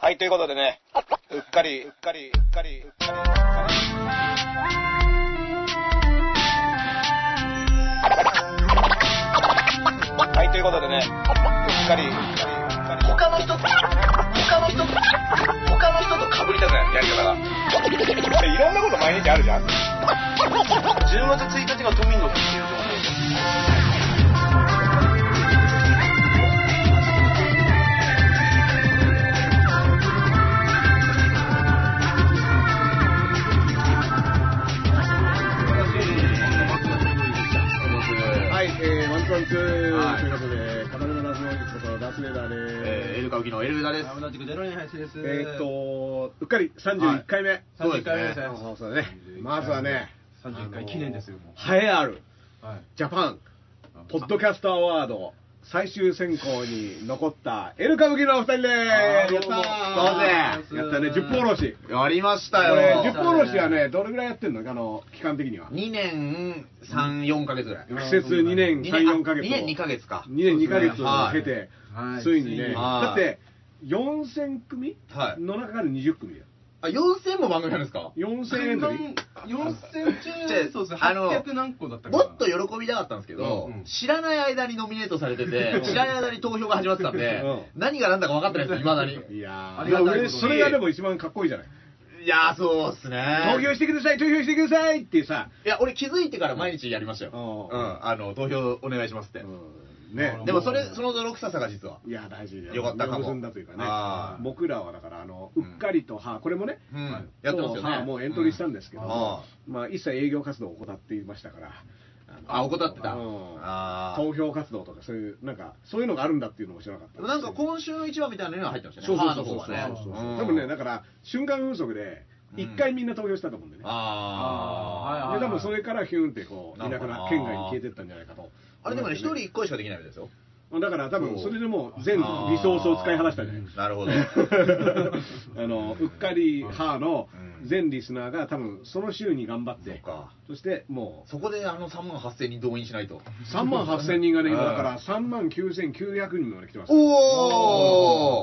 はい、ということでね、うっかり、うっかり、うっかり、うっかりうっかり。はい、ということでね、うっかり、うっかり、うっ他かり。の人と、他の人と、他の人と被りたくない、やり方が。いろんなこと毎日あるじゃん。 10月1日が都民の日っていう情報です。はい、えー、ワンツーワンツー、はいということで、カタルのラスノイズこと、ラスベダーでえーエす。ルカウキのエルウダです。ナティクゼロに配信です。えーっと、うっかり31回目。そうです回目ですね。そうそうそうね。まずはね、 31回記念ですよ。栄えあるはい。ジャパン、ポッドキャストアワード、最終選考に残った、エル歌舞伎のお二人であーす。やったーどうもやったね、10本おろし。やりましこたれ、よ。 10本おろしはね、どれぐらいやってんのあの、期間的には。 2年3、4ヶ月ぐらい。苦節2年二3、4ヶ月を。 2年2ヶ月か。 2年2ヶ月をはい経てはい、ついについね、にだって4000組はいの中から20組だよ。あ、4000も番組なんですか4000エントリー四千中、そうですね。あの800何個だったかもなっと喜びたかったんですけど、うん知らない間にノミネートされてて、知らない間に投票が始まってたんで、う何が何だか分かってないです、未だに。いやあー、りがたいことにでもそれがでも一番かっこいいじゃない。いやー、そうっすね。投票してください、投票してくださいってさ、いや、俺気づいてから毎日やりましたよ。ううんん、あの、投票お願いしますって。うんねん。でもそれ、その泥臭さが実は。いや、大事で。よかったかも結んだというかあね。ー僕らはだから、あの、うっかりと、はこれもね、うんやってますよねとはもうエントリーしたんですけどうんあ、まあ、一切営業活動を怠っていましたから。のあ、怠ってた。うんあ投票活動とかそういうなんかそういうのがあるんだっていうのも知らなかったあ。なんか今週の一話みたいなのが入ってましたね。そうそう母そのう方そはうそうねそうそううん多分ねだから瞬間風速でうん一回みんな投票したと思うんでね、ああ。ーで多分それからヒュンってこういななるくほどな県外に消えてったんじゃないかとあれでもね、一人一個しかできないみたいですよ。だから多分それでもう全リあーソースを使い果たしたんじゃないなるほど。 あのうっかり派の全リスナーが多分その週に頑張っそってか。そしてもうそこであの3万8000人動員しないと。 3万8000人がねうん今だから3万9900人まで来てますお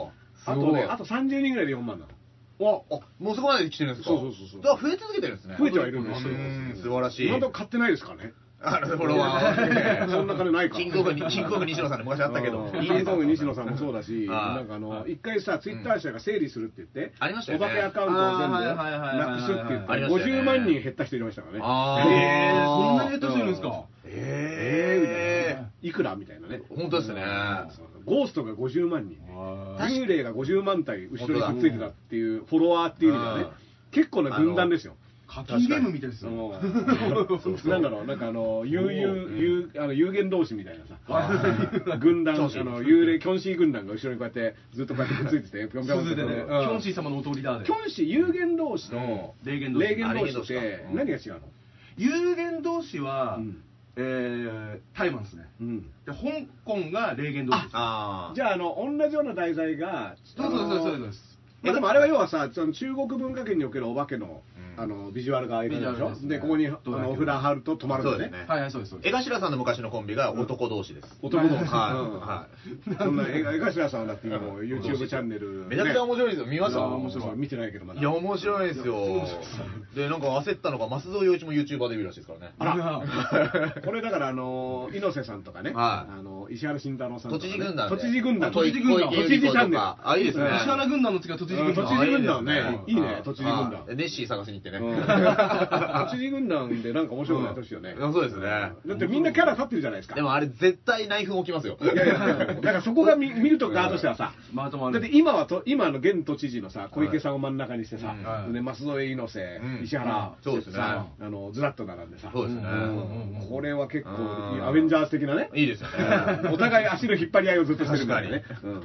おあとねあと30人ぐらいで4万なのおあ、もうそこまで来てるんですかそうそうそうそうだから増え続けてるんですね。増えてはいるんですようん素晴らしい。今んとこ買ってないですかねあの、フォロワー。 そんな金ないかキングオブ、キングオブ西野さんで昔あったけど。キングオブ西野さんもそうだし、あーなんかあの、一回さ、ツイッター社が整理するって言って、ありましたよねお化けアカウントを全部あーはいはいはいはいはいなくすって言っありまて、したよね50万人減った人いましたからね。あーえー、そんなにヘッドしてるんですかえーみたいえな。いくらみたいなえね。本当ですね。ゴーストが50万人ね。幽霊が50万体後ろにくっついてたっていう、フォロワーっていう意味ではねうん、結構な軍団ですよ。課金ゲームみたいですそよ。のなんだろう、なんかあの、悠々悠々あの有言同士みたいなさ、軍団、あの幽霊、キョンシー軍団が後ろにこうやって、ずっとこうやってくっついてて、ぴょんぴょんっ鈴てでこうね、ねキうんョンシー様のお通りだでキ。ョンシー、有言同士の霊言同士霊言同あ士っ霊て言同士か、うん何が違うの有言同士はうん、えー、タイマンですね。うんで、香港が霊言同士です。あじゃあ、あの、同じような題材が、そうそうそうあそうのです。まあ、でもあれは要はさ、その中国文化圏におけるお化けのう、んあの、ビジュアルがあれでしビジュアょルですねで、ここに、あどうだっの、けお札貼ると止まるんそうだでよすね。ね。はいはい、そうです、そうで江す。頭さんの昔のコンビが男同士です。男同士。うんはそんな江江頭さんはだって今もう YouTube チャンネい。ル、めちゃくちゃね面白いですよ。見ましいたや面白い見てないけどまだいや、面白いですよ。で、なんか焦ったのが、増蔵洋一も YouTuber デビューらしいですからね。あらこれだからあのー猪瀬さんとかね、はいあの石原慎太郎さんと都か、ね、知事軍団で。都知事軍団小池都知事軍団小都池百合知事チ子ャとンネルかあ、いいですね。うん石原軍団の次は都知事都軍知団。事軍団ねあいいねあ都知事軍団あネッシー探しに行ってね。うん都知事軍団でなんか面白くない年よね、うんそうですね。だってみんなキャラ立ってるじゃないですかでもあれ絶対内紛起きますよ。いやいやだからそこが見見ると側としてはさ、まとまだるって。今はと今の現都知事のさ小池さんを真ん中にしてさ、はいで舛添猪瀬、うん石原、そうですねさあのずらっと並んでさそうですねんこれは結構うんいいアベンジャーズ的なねいいですよね。 お互い足の引っ張り合いをずっとしてるからね確、うん、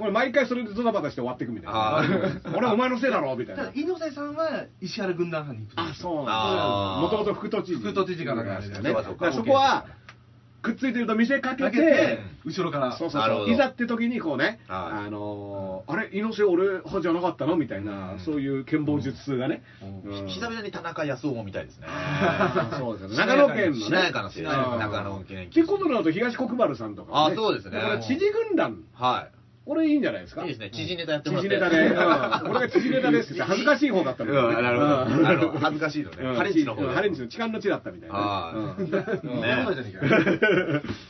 俺毎回それでドタバタして終わっていくみたいあなー俺はお前のせいだろみたたいなだ、猪瀬さんは石原軍団派に行く。あそうなんあーもともと副都知事副都知事からなんですよねだそうかそうからそこはくっついてると見せかけだけてで、後ろから。そうそうなるそほうどいざって時にこうね、はいあのーあれ猪瀬俺派じゃなかったのみたいな、うんそういう剣謀術がね、ひうん久々に田中康夫も見たいですね。 そうですよね長野県のしねなやかなせいですね。うん中野県。ってことになると東国原さんとかも、あそうですねだから知事軍団はい。これいいんじゃないですかいいですね。知事ネタやって知もらっ事て。ネタで、うん俺が知事ネタですって言って恥ずかしい方だったうん、のなるほど。なるほど恥ずかしいのうね。んハレンチの方うでんハレンチの痴漢の地だったみたいなあね、あ。そんなことじゃね。ねえか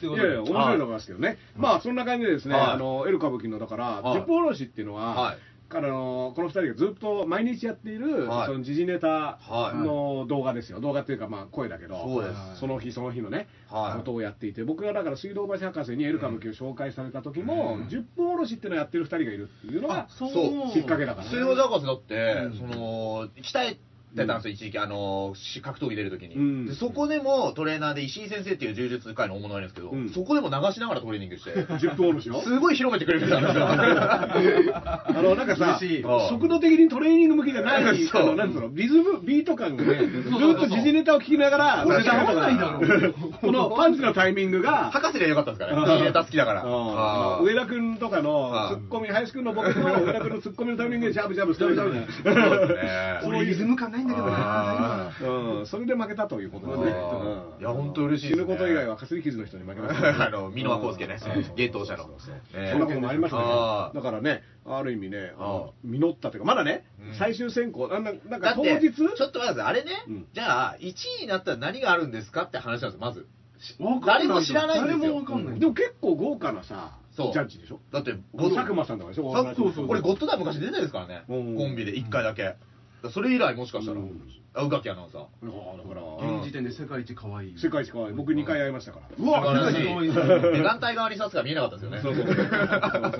よいやいや、面白いと思いますけどね。まあ、そんな感じでですね、はいあの、エル歌舞伎の、だから、はい十分おろしっていうのは、はいあのこの2人がずっと毎日やっている、はいその時事ネタはいの動画ですよ、動画っていうか、まあ、声だけど、そうですその日その日のね、はいことをやっていて、僕がだから水道橋博士にエル歌舞伎を紹介された時も、10分おろしっていうのをやってる2人がいるっていうのが、そうきっかけだからね水道博士だってう、んその、鍛えてたんですよ、一時期、あの、し格闘技出るときに、うんで。そこでもトレーナーで石井先生っていう柔術界の大物がいるんですけど、うんそこでも流しながらトレーニング して、 10分おろしを。すごい広めてくれてたん ですよ。あの、なんかさ嬉しい、速度的にトレーニング向きじゃない、そあうの、なんつうの、リズム、ビート感がね、ずっそうそうと時事ネタを聞きながら、これネタを合わないだろうこのパンチのタイミングが、博士でよかったですからね。時事ネタ好きだから。ああーー上田君とかのあーツッコミ、林君のボケと上田君のツッコミのタイミングでジャブジャブしてるみたいなそうですね俺リズム感ないんだけどなあうんそれで負けたということでねあうーんいや、本当嬉しいです死ねぬこと以外は、かすり傷の人に負けましたねあの、箕輪康介ねうん、芸当社のそうそうそう。ねそんなこともありましたねあ。ーだからね、ある意味ね、あのあ実ったというか、まだねうん、最終選考、あんななんだかっ当て日、ちょっと待ってくださいあれね、うんじゃあ、1位になったら何があるんですかって話なんですよ、まず。わかん誰ないも知らないんですよ。誰もわかんないでも結構豪華なさ、ジそうャッジでしょだって、佐久間さんとかでしょさそうそう俺、ゴッドダイ昔出てるんですからね、うんコンビで1回だけ。だからそれ以来、もしかしたらうん、あ宇垣アナウンサー。あーだから、現時点で世界一可愛い世界一可愛い。僕2回会いましたから。うわ素晴らしい世界一可愛いで眼帯側にさすが見えなかったですよね。そうそうそう。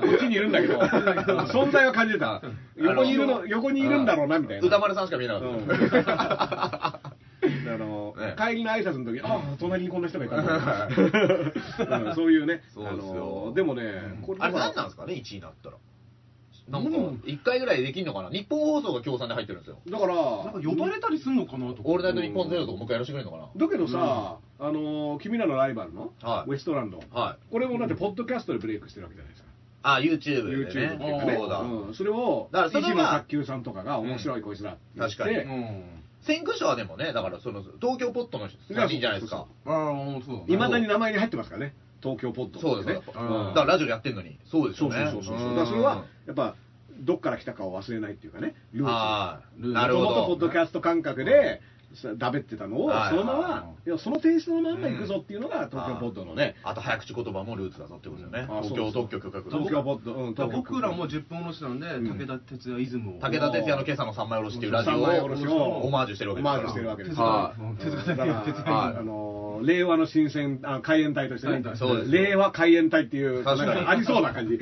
こっちにいるんだけど、存在は感じてた。横にいるの、横にいるんだろうな、みたいな。歌丸さんしか見えなうかんった。あのね帰りの挨拶の時ああ隣にこんな人がいたんだうんそういうねそうですよあのでもね こあれ何なんだですかね、1位になったら。なんか、1回ぐらいできんのかな。日本放送が協賛で入ってるんですよ。からなんか呼ばれたりすんのかなとかオールナイト日本ゼロとかもう一回やらせてくれるのかだけどさ、あの君らのライバルの、はいウエストランド、な。はい。これもだってポッドキャストでブレイクしてるわけじゃないですか、あ、YouTube でね。 YouTube であねーそうだ。うんそれをだからそれが石野卓球さんとかが面白いこいつだって言って、確かうにん先駆者はでもね、だからその、東京ポットのいや3人じゃないですか。ああそうだいまだに名前に入ってますからね東京ポッドそうですねね。だうんからラジオやってんのに。そうですそようそうね。そうそうそううんだからそれはやっぱどっから来たかを忘れないっていうかねルーツああ、ルーツなるほもともとポッドど。キャスト感覚で、さだべってたのを、はいそのまはいま、いやそのテイストのまんま行くぞっていうのが、東京ポッドのね、あと早口言葉もルーツだぞってことですよね。あそう東京特許許可東京ポッド、うん、だ東か京ポらッド僕らも10分おろしなんで、ん武田鉄矢イズムを武田鉄矢の今朝の三枚おろしっていうラジオ三枚おろしををオマージュしてるわけですオマージュしてるわけです手塚は手だ塚かさんら手塚はいあのー令和の新鮮あ海援隊としてね海援隊そうです令和海援隊っていう確かになんかありそうな感じ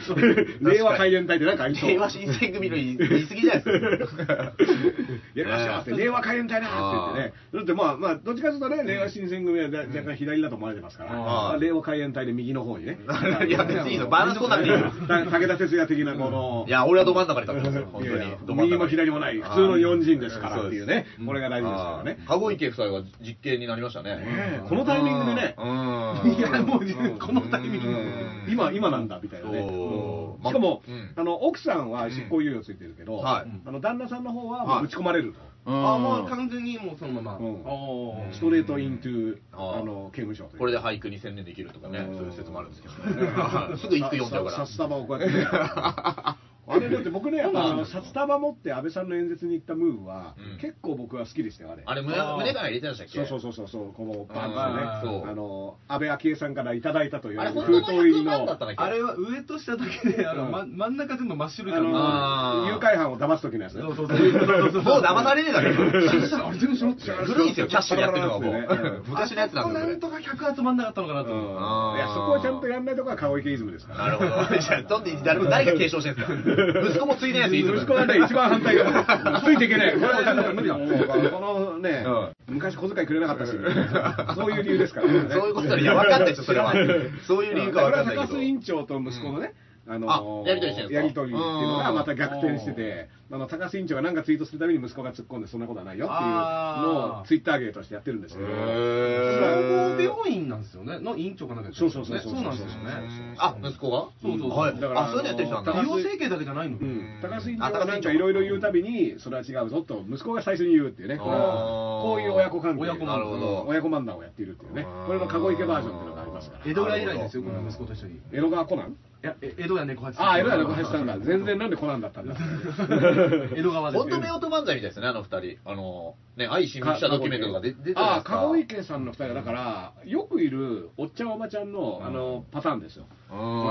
令和海援隊ってなんかありそう令和新選組の言い言い過ぎじゃないです か。やりましたよって令和海援隊だーって言ってねだってまあまあどっちかというとね令和新選組はだ若干左だと思われてますから、あー令和海援隊で右の方にね いや、別にいいの。バランスこなくていいよ。た武田鉄矢的なこの、いや、俺はど真ん中に立ってますよ、本い当やいやに。ど真ん中に右も左もない、普通の日本人ですからっていうね、これが大事ですからねあー。籠池夫妻が実刑になりましたね。ねえこのタイミングでねういやん。もうこのタイミングうん今、今なんだみたいなね。そううんしかもうん、あの奥さんは執行猶予ついてるうけんど、はあいの旦那さんの方ははいぶち込まれるあああももうう完全にもうそのまま、うんあと、あストレートイントゥあーあの刑務所という。これで 俳句に専念できるとかねう、んそういう説もあるんですけどね。すぐ一句読んじゃうから。さ 札束をこうやっ てね。あれだって僕ね、やっぱあの札束持って安倍さんの演説に行ったムーブはうん、結構僕は好きでしたよ、あれ。あれ胸、あー胸から入れてましたっけそうそうう。そうそうそう、このバあンーとねそう、あの安倍昭恵さんからいただいたというあれ、本当封筒の入り100の。万だったんだっけあれは上と下だけであの、うんま、真ん中全部真っ白いかあらあーの誘拐犯を騙す時のやつねそうそうそうそうもそうう騙されねえだろ、あ今れ全部白って古いんですよ、キャッシュでやってるのはもう。う昔のやつなんだあよそこなんとか100集まんなかったのかなとう思う、あーんいやそこはちゃんとやんないとこは顔池イズムですかなるらほど。じゃあ、どんで誰も誰が継承してんすか 息子もついてないやついるんだ息子はね一番反対 がついていけないこれはちゃんと無理だこのね昔小遣いくれなか ったしそういう理由ですからねそういうことだ。いや、わかんないですよ、そ れは。 そういう理由かわかんない高けど須。委員長と息子のね、あのあやりとりしてるんですかやりとりっていうのうがんまた逆転してて、あの高須委員長が何かツイートするために息子が突っ込んで、そんなことはないよっていうのあをーツイッター芸としてやってるんですけど、総合へー病院なんですよねの院長かなんかやってそるうんですそうそうよねそうそうなんですよねあ、息子がそうそうそうはい。だからあ、そういうのやってる人なんだ高。須美容整形だけじゃないの、うん高須委員長がなんかいろいろ言うたびに、それは違うぞと、息子が最初に言うっていうね、あーこれはこういう親子関係、親子漫談なるほどうん親子漫談をやっているっていうねあー、これの籠池バージョンっていうのがありますから、江戸浦以来ですよなこるほどの息子と一緒に江戸川コナン江や、え江戸や猫八さん。ああ、江戸川小林さんだ。全然なんでコナンだっ たんだ。江戸川です。本当夫婦漫才みたいですね、あの二人。あの、ね、愛新聞社ドキュメントとかで出てるじゃないあであ、すか。籠池さんの二人はだから、よくいるおっちゃんおばちゃんの、あの、パターンですよ。うん。う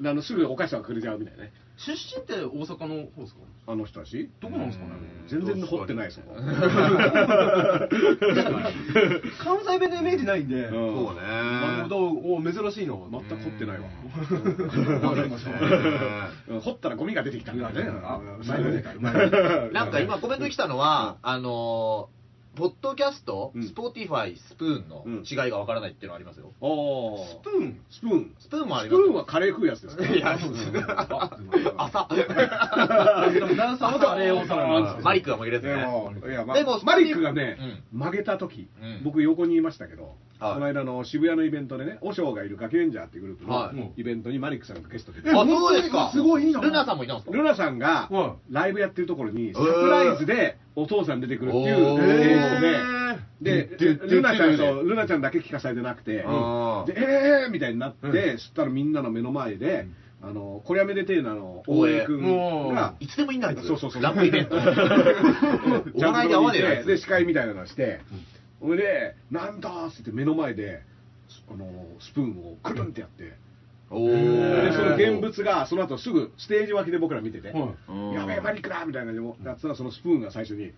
ん。あの、すぐお菓子はくれちゃうみたいなね。出身って大阪の方ですかあの人たち。どこなんですかね全然掘ってない、そこ。 関西弁のイメージないんで。うんそうね。なるほど。お珍しいの。全く掘ってないわ。わかりました。うん掘ったらゴミが出てきたんだね。うん前の世界前の世 界なんか今コメント来たのは、あのー、ポッドキャストうん、スポーティファイ、スプーンの違いがわからないっていうのありますよ。 おースプーン。スプーン。スプーンもあスりプますーよンはカレー食うやつです かいや、朝。 ダンサーはあれをさらマリックがもう入れてでね。も、いや、までもマリックがね、う曲げた時、うん僕横にいましたけど、はいこの間の渋谷のイベントでね、和尚がいるガキレンジャーっていうグループはのいイベントにマリックさんがゲストで出て、あ、そうですか。すごいいいなルナさんもいたんですかルナさんがはライブやってるところに、ーサプライズでお父さん出てくるっていうおー演出で、で、ででルナちゃんでと、ルナちゃんだけ聞かされてなくて、で、えあーーみたいになって、知ったらみんなの目の前で、あの、こりゃめでてえなの、大大江江君おがー、いつでもいいんだ、あいつ。そうそうそうラップイ ベント。お笑いで合わねえなあいつで、司会みたいなのして、それで、なんだーっつって目の前で、あのスプーンをくるんってやって、おでー。その現物が、その後すぐステージ脇で僕ら見てて、うんやべえ、マリックだみたいなのでやってたら、そのスプーンが最初に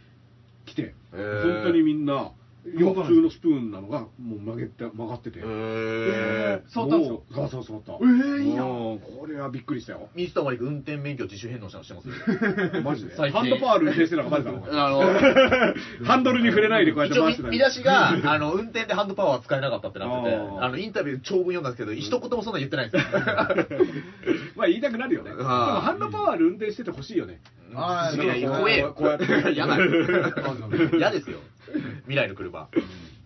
来て、へー本当にみんな、動かない普通のスプーンなのが、もう曲げて曲がってて、えー。触ったんですかもうそうそう触った。えーいいなこれはびっくり したよ。水田マリック運転免許自主返納したのしてますよ。マジで。最近ハンドパワール先生なんかバレたのか なあの、ハンドルに触れないでこうやって一応回見してた見出しが、あの、運転でハンドパワー使えなかったってなってて、あーあの、インタビュー長文読んだんですけど、一言もそんな言ってないんですよ。まあ言いたくなるよね。でもハンドパワール運転しててほしいよね。あいやいや怖えよ。こうやって嫌だよ。嫌ですよ。未来の車。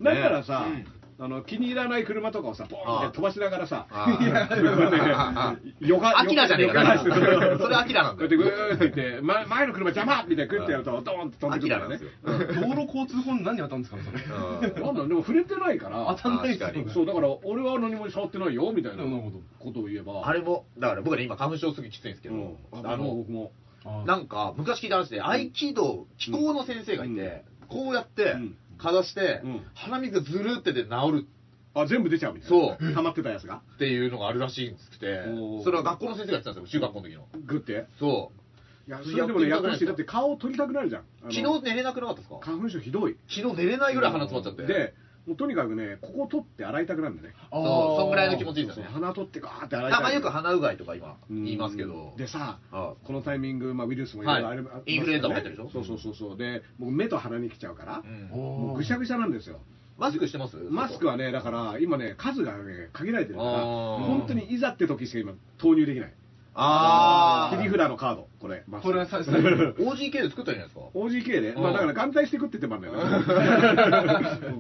だからさ、あの気に入らない車とかをさ、ポーンああって飛ばしながらさ、 ああよかアキラじゃねえかだよかかよら。か それアキラなんこだうやってグよ。ーって言って、ま、前の車邪魔みたいなグッてやると、ドーンって飛んでくるからアねキラ。道路交通法に何当たるんですかね、それ。うんなんだろうでも触れてないから当、たんないですよね。そう、だから俺は何も触ってないよみたいななるほどことを言えば、あれも、だから僕はね、今、花粉症すぐきついんですけうどん、ああのの僕、も、あなんか、昔聞いた話で、合気道、気功の先生がいて、こうやってうん、かざしてうん、鼻水がずるってで治るあ、全部出ちゃうみたいな。そう溜まってたやつが、っていうのがあるらしいんですくておー、それは学校の先生がやってたんですよ、中学校の時の。グッて。そう。いや、それでもね、ややっっててみたくほないしい。だって顔を取りたくなるじゃん。あの昨日寝れなくなかったですか花粉症ひどい。昨日寝れないぐらい鼻詰まっちゃって。で、もうとにかくね、ここ取って洗いたくなるんだね。あーそうそんぐらいの気持ちいいですそうよね。鼻取ってガーって洗いたたい。まによく鼻うがいとか今うん言いますけど。でさ、あこのタイミング、まあ、ウイルスもいろいろありますはいインフルエンザも入ってるでしょそうそうそうそう。で、僕目と鼻に来ちゃうからう、んもうぐしゃぐしゃなんですよ。マスクしてますマスクははね、だから今ね、数がね、限られてるから、あー本当にいざって時しか今、投入できない。あ切りー。札のカード、これ。マスクこれは 最初 OGK で作ったじゃないですか。 OGK で、まあうんだから眼帯して食ってってもあるんだよね。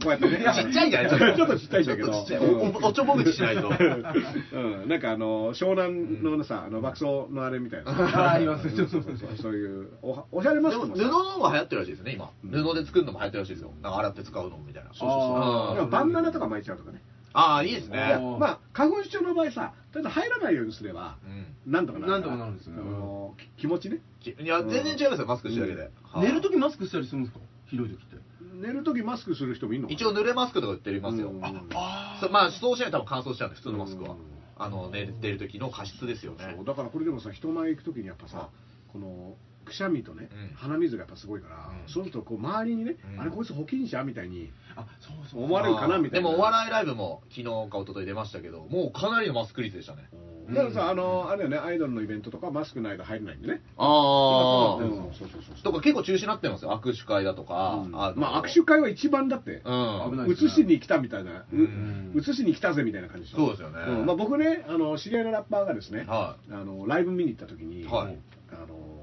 こうやってね。ちっちゃいんじゃないですか ちょっとちっちゃいんだけど。ちょっとちっちゃいおおおちょぼ口しないと。うん、なんかあの、湘南のさ、あの爆走のあれみたいな。ああ、言います。そうそうそう。そういう、おはおしゃれマでスクもも布さ。の方が流行ってるらしいですね、今。布で作るのも流行ってるらしいですよ。なんか洗って使うのもみたいな。そうそうそう。だからあーバンダナとか巻いちゃうとかね。あー、いいですいやね。まあ、花粉症の場合さ、ただ入らないようにすれば、うんなんとかなるら。なんとかなるんですよねあのき気持ちね。きいや、全然違いますよ、マスクしてるだけで。はい寝るときマスクしたりするんですかひどいときって。寝るときマスクする人もいるのかな一応濡れマスクとか売ってますよう。んああそまあ、そうしないと多分乾燥しちゃうんで、普通のマスクうはん。あの、寝てる時の加湿ですよねそう。だからこれでもさ人前行く時にやっぱさこのくしゃみとね、うん鼻水がやっぱすごいから、うんそうするとこう周りにね、うんあれこいつ保菌者みたいにあ、そうそう。思われるかなみたいなでもお笑いライブも昨日か一昨日出ましたけどもうかなりのマスク率でしたねうんだからさ、あのあれよねアイドルのイベントとかマスクないと入れないんでねあうんそうそうそうとか結構中止になってますよ握手会だとか、うんあのまあ握手会は一番だってうん危ないですね移しに来たみたいな、ううん移しに来たぜみたいな感じそうですよねんまあ、僕ねあの知り合いのラッパーがですね、はあのライブ見に行った時に、はいあの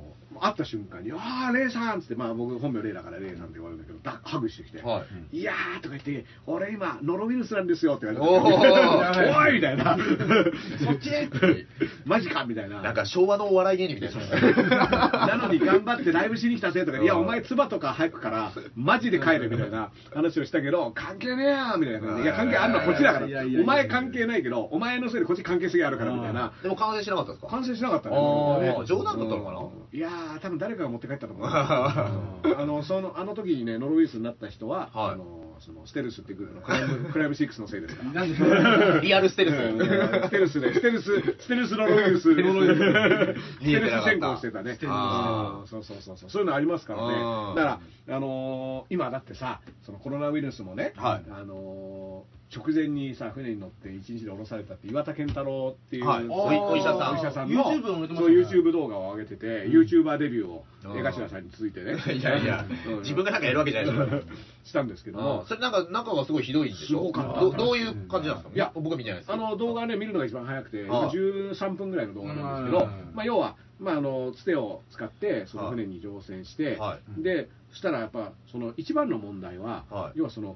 会った瞬間に「ああレイさん」っつって、まあ、僕本名レイだからレイさんって言われるんだけどだハグしてきて「、はいやー」とか言って「俺今ノロウイルスなんですよ」って言わおれて「ー おい!」みたいな そっちねって「 マジか」みたいななんか昭和のお笑い芸人みたい な。なのに頑張ってライブしに来たぜとか、いや、お前、唾とか吐くから、マジで帰れみたいな話をしたけど、関係ねえやみたいな、いや、関係あるのはこっちだから、いやいやいやいやお前関係ないけど、お前のせいでこっち関係すぎあるからみたいな、でも完成しなかったですか感染しなかったね。あうあ、ん冗談だったのかいやー、多分誰かが持って帰った と思う。なあのそのあの時にね、ノロウイルスになった人は、はいあのそのステルスっていうグループのクライムクライムシックスのせいですから。なんでそれ リアルステルステルスで、ステルス、ステルスのロイス、ステルス専攻してたね。そうそうそうそう、そういうのありますからね。だから、あの今だってさ、そのコロナウイルスもね、あの直前にさ、船に乗って一日で降ろされたって岩田健太郎っていう、お医者さんの、そう YouTube 動画を上げてて、YouTuber デビューを江頭さんに 続いてね、 いやいや、自分がなんかやるわけじゃないですよ。したんですけどあもー、それなんか中がすごいひどいんでしょすごかったどどういう感じなんですかいや僕は見てないですあの動画ね見るのが一番早くて、今ああ13分ぐらいの動画なんですけど、うんまあ、要は、まあ、あのつてを使ってその船に乗船して、はでそしたらやっぱその一番の問題は、はい要はその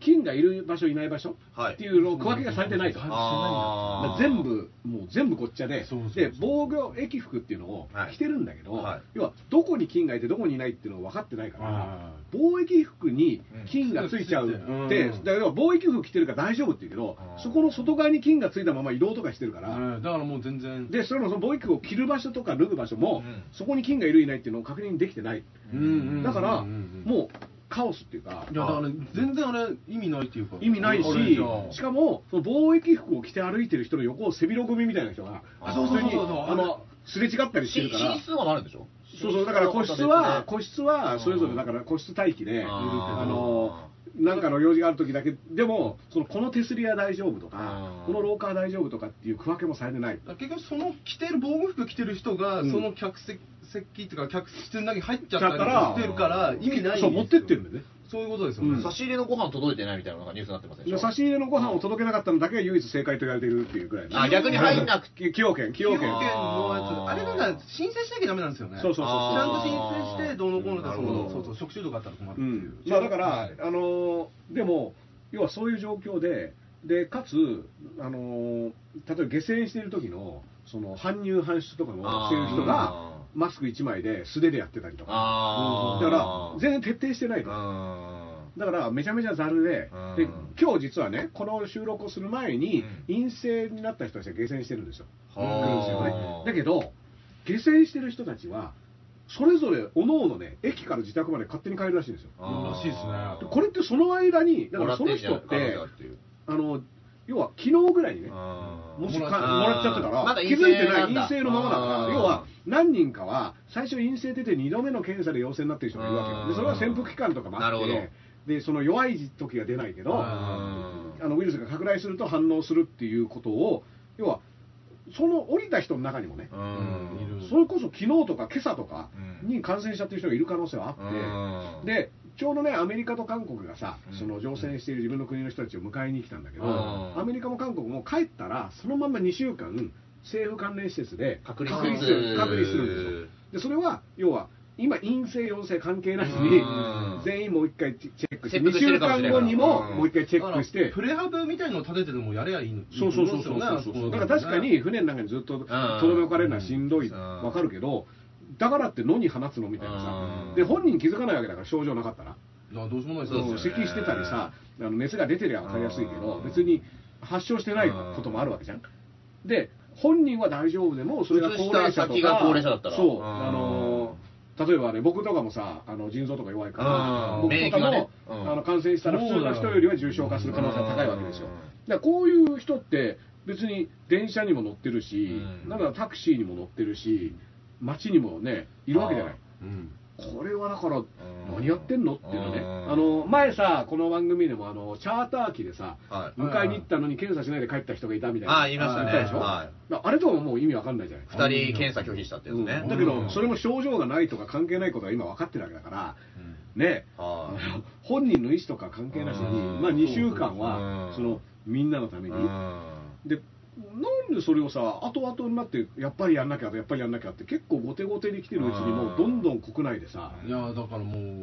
菌がいる場所いない場所はいっていうのを区分けがされてないと、あー全部もう全部ごっちゃでそうそうそうで防御液服っていうのをはい着てるんだけど、はい要はどこに菌がいてどこにいないっていうのを分かってないから。あ貿易服に菌がついちゃううんって、うんだから貿易服着てるから大丈夫って言うけどあ、ーそこの外側に菌がついたまま移動とかしてるから、ーうんだからもう全然でそれもその貿易服を着る場所とか脱ぐ場所も、うんそこに菌がいるいないっていうのを確認できてない、うんうんだから、うんうんもうカオスっていうかいやだから全然あれ意味ないっていうか意味ないしあれじゃしかもその貿易服を着て歩いてる人の横を背広組みたいな人があそうそうそうそう普通にあのすれ違ったりししてるから寝室はあるんでしょそうそうだから個室は個室はそれぞうれんだから個室待機であーあのなんかの用事がある時だけでもそのこの手すりは大丈夫とかうんこの廊下は大丈夫とかっていう区分けもされてないあ結局その着てる防護服着てる人が、うんその客席席っていうか客室の中に入っちゃっだかたらりしてるから意味ないんですそよう持ってってるんだよねそういうことですよね、うん差し入れのご飯届いてないみたいなのがニュースになってますでしょ差し入れのご飯を届けなかったのだけが唯一正解と言われているっていうぐらいのあ逆に入んなくて崎陽軒崎崎陽陽軒軒のやあーつあれなんか申請しなきゃダメなんですよねそうそうそうちゃんとあー申請してどうのこうのだそなるのほどそうそう食中毒あったら困るってういんう、まあ、だから、あのーでも、要はそういう状況で、でかつ、あのー例えば下船している時のその搬入、搬出とかのしている人が、あマスク1枚で素手でやってたりとーか、あだーから、全然徹底してないの。あだからめちゃめちゃざるでうん、で今日実はね、この収録をする前に、う陰性になった人たちが下船してるんですよ、は来るんですあよねだけど、下船してる人たちは、それぞれおのおのね、駅から自宅まで勝手に帰るらしいんですよ。あーらしいですねこれってその間に、だもかららってそるのんじゃない可人っ能性てがあ、るっていうあの要は昨日ぐらいにね、もあーしかももらっちゃっらたっちゃってたら、まだ陰気性づいてな、ないんだ陰性のままだからあ、ー要は何人かは最初陰性出て2度目の検査で陽性になってる人もいるわけあよーで、それは潜伏期間とかもあっなるほて、でその弱い時は出ないけど、ああーのウイルスが拡大すると反応するっていうことを、要は、その降りた人の中にもね、うんいるそれこそ昨日とか今朝とかに感染しちゃってる人がいる可能性はあっうて。んでちょうどねアメリカと韓国がさうんその乗船している自分の国の人たちを迎えに来たんだけど、うんアメリカも韓国も帰ったらそのまま2週間政府関連施設で隔離隔離すするる隔離するんですよでそれは要は今陰性陽性関係なしうにん全員もう一回チェックしてチェッ2クして週るかも間しれない後にもうんもう一回チェだッかクらしてプレハブみたいのを立ててでもやれゃいいのそうそうそうそういいと思んそうですよそねうだから確かに船の中にずっととどめ置かれるのはしんどいうんわかるけどだからって野に放つのみたいなうんさで本人気づかないわけだから症状なかったらあどうしようもないそうでですすよよねね咳してたりさあの熱が出てりゃ分かりやすいけうどん別に発症してないこともあるわけじゃんで本人は大丈夫でもそれが高移齢者とした先が高か齢者だったらそううんあの例えばね僕とかもさあの腎臓とか弱いかうらん僕とかも、免疫がねうんあの感染したら普通の人よりは重症化する可能性が高いわけですようんだからこういう人って別に電車にも乗ってるし、うんなんかタクシーにも乗ってるし街にもねいるわけじゃないうんこれはだから、何やってんのっていうのね、うんあの前さ、この番組でもあのチャーター機でさ、はい迎えに行ったのに検査しないで帰った人がいたみたいな、ああ言いました言ったでねしょはだからあれとかももう意味わかんないじゃないい、2人検査拒否したってやつね、うんだけうんど、それも症状がないとか関係ないことが今分かってるわけだから、ね、はあの本人の意思とか関係なしに、うんまあ、2週間はうんそのみんなのために、いでなんでそれをさ後々になってやっぱりやんなきゃやっぱりやんなきゃって結構後手後手に来てるうちにもうどんどん国内でさいやだからもう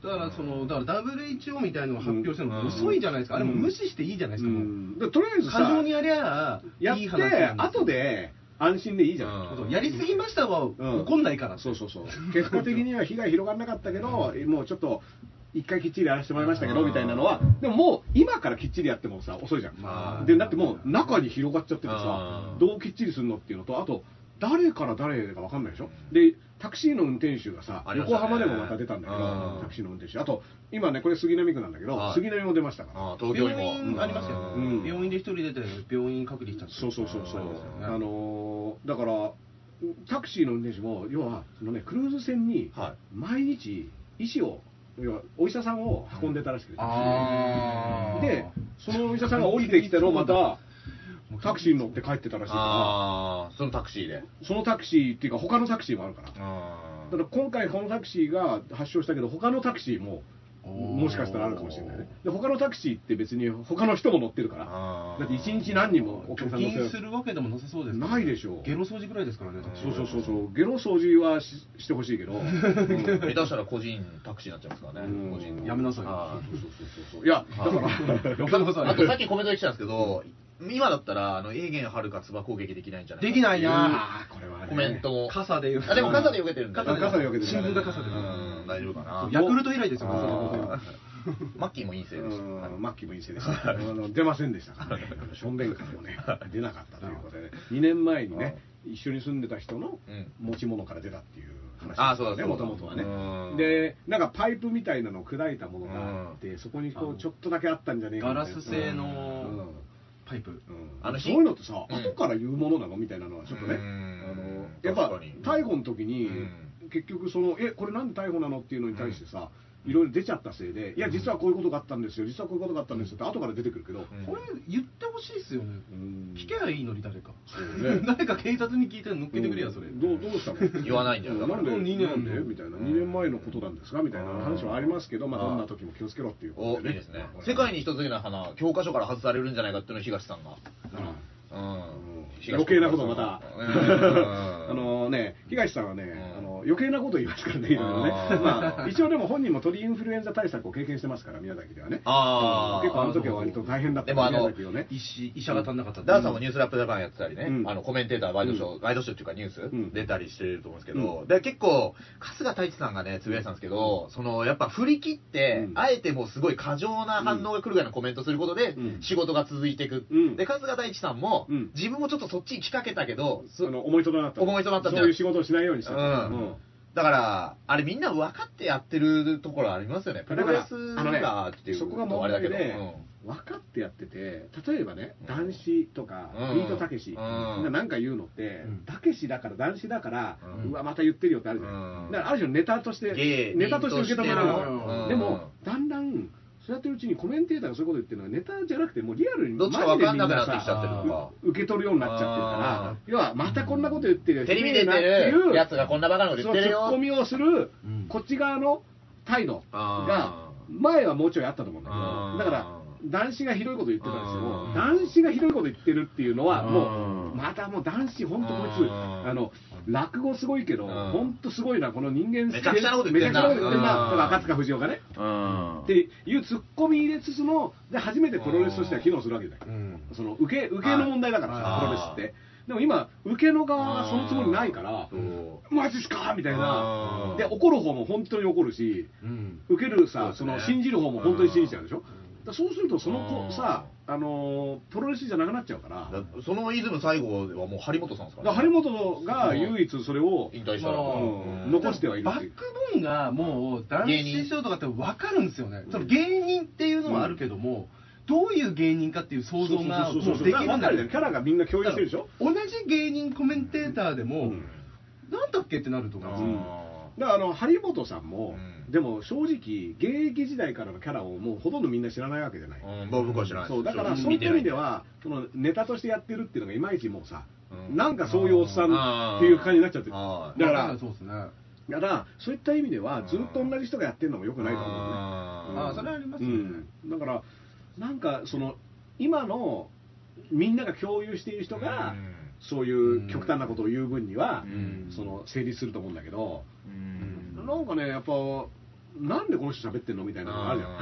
だからそのだから WHO みたいなのを発表してるのが遅いじゃないですか、うんあれも無視していいじゃないですか、もううんでとりあ えず過剰さにやりゃやっいいて話なんですよ後で安心でいいじゃんそうやりすぎましたはうん怒んないから、そうそうそう結果的には被害広がらなかったけどもうちょっと一回きっちりやらせてもらいましたけどみたいなのはでももう今からきっちりやってもさ遅いじゃん、まあでだってもう中に広がっちゃっててさあーどうきっちりするのっていうのとあと誰から誰だか分かんないでしょでタクシーの運転手がさ、ありまし横たね浜でもまた出たんだけうどんタクシーの運転手あと今ねこれ杉並区なんだけど、はい杉並も出ましたからあー東京にも病院ありましたよ、うんうん病院で一人出て病院隔離したってそうそうそうそうありましあたよねのーだからタクシーの運転手も要はそのねクルーズ船にはい毎日医師を要はお医者さんを運んでたらしくて、あーでそのお医者さんが降りてきてのまたタクシーに乗って帰ってたらしいかああそのタクシーでらそのタクシーっていうか他のタクシーもあるからだあから今回このタクシーが発症したけど他のタクシーももしかしたらあるかもしれないねで他のタクシーって別に他の人も乗ってるからあだって一日何人もお客さ貯ん乗せ金るするわけでもなさそうですからないでしょうゲロ掃除ぐらいですからねそうそうそうそうゲロ掃除はししてほし いけど、うん下手したら個人タクシーになっちゃいますからうんね個人のやめなさいよはそうい やだから、よくなさあとさっきコメントできたんですけど今だったらあの永元はるかつば攻撃できないんじゃないできないいなあーこれはねコメントも傘であでも傘で避けてるんだ傘で傘で避けてる新聞が傘でうん大丈夫かなヤクルト以来ですよあねー マッキーも陰性でしうんマッキーも陰性でした、あの出ませんでしたからね、あのションベンカーもね、出なかったということで、ね、2年前にね、一緒に住んでた人のうん持ち物から出たっていう話あーそうだね、そうもだともとはねう。んで、なんかパイプみたいなのを砕いたものがあっうて、そこにこうちょっとだけあったんじゃねえかガみたいラなス製うんのパイプあのそういうのってさ、うん後から言うものなのみたいなのはちょっとね、うんあのやっぱ確かに逮捕の時に、う結局そのえこれなんで逮捕なのっていうのに対してさ、いろいろ出ちゃったせいでいや実はこういうことがあったんですよ実はこういうことがあったんですよって後から出てくるけど、うんこれ言ってほしいですよねうん聞けばいいのに誰かそうね 誰か警察に聞いて乗っけてくれやそれうんどうどうしたの言わないんだよだからなんでうん二年なんでみたいな2年前のことなんですかみたいな話はありますけど、まあ、どんな時も気をつけろっていうおこいいとでねですね世界に一つだけの花教科書から外されるんじゃないかっていうのを東さんがうんうん余計なことまた、うん あのね、東さんはね、んあの余計なこと言いますからね、いろいろね、うんまあ、一応でも本人も鳥インフルエンザ対策を経験してますから、宮崎ではね、あー結構あの時は割と大変だっでたもあの宮崎をね、医師医者が足んなかったってダーさんもニュースラップジャパンやってたりね、うんあのコメンテーター、ワイドショー、ワイドショーっていうかニュース、ん出たりしてると思うんですけど、で結構、春日太一さんがね、つぶやいてたんですけど、そのやっぱ振り切って、うんあえてもうすごい過剰な反応が来るぐらいのコメントすることで、うん仕事が続いていく、うんで春日太一さんも、うん自分もちょっとそっちに来かけたけど、そあの思いとどまった、思いとどまったんだそういう仕事をしないようにした、うんだから、あれ、みんな分かってやってるところありますよね、プだロかレらスあのねラーっていうそこがとあ問れだ題けで、ど、分かってやってて例えばねうん男子とか、うんビートたけしうんなんか言うのってうんたけしだから男子だから、ううんわまた言ってるよってあるじゃうんんだからある種ネタとし芸て人ネタとして受け止められるからとしてのでもだんだんそうやってるうちにコメンテーターがそういうこと言ってるのがネタじゃなくてもうリアルにうんどっちか分かんなくなってきちマジでみゃんってるのさか。う受け取るようになっちゃってるから要はまたこんなこと言ってるよテレビ出ひどていなっていうるやつがこんなバカなこと言っそうてツるッコよ。ミをするうんこっち側の態度があ前はもうちょいあったと思うんだけあどーだから男子がひどいこと言ってたんですけあどー男子がひどいこと言ってるっていうのはもあうーまたもう男子本当こいつあーあの落語すごいけどあー本当すごいなこの人間めちゃくちゃなこと言ってんなめちゃくちゃなこと言ってんなあーだから赤塚不二夫がねうんっていうツッコミ入れつつので初めてプロレスとしては機能するわけだようんその受け受けの問題だからさあプーロレスってでも今受けの側がそのつもりないからそうマジっすかみたいなあーで怒る方も本当に怒るしうん受けるさそそ、うですねの信じる方も本当に信じちゃうでしょ、だからそうするとそのう子んさ、あのープロレスじゃなくなっちゃうから、だかだそのイズム最後はもう張本さんですからら、張本が唯一それを、引退したら、まあうん残してはいるバっていッうクボーンがもう男芸子人師匠とかって分かるんですよね、その芸人っていうのはあるけども、どういう芸人かっていう想像がそうそうそうもうそうできるんだよわかるよキャラがみんな共有してるでしょ同じ芸人コメンテーターでうも、んなんだっけってなるとう思うんですよんだからあの張本さんも、うんでも正直現役時代からのキャラをもうほとんどみんな知らないわけじゃない、うんまあ僕は知らないそうだからそういった意味ではそのネタとしてやってるっていうのがいまいちもうさ、うんなんかそういうおっさんっていう感じになっちゃってるあーだかまあらそうですね、だからそういった意味ではずっと同じ人がやってるのもよくないと思うねあーあーそれはありますうよね、ん、だからなんかその今のみんなが共有している人が、うんそういう極端なことを言う分には、うんその成立すると思うんだけど、うんなんかねやっぱなんでこの人喋ってんのみたいなのがあ るじゃん。う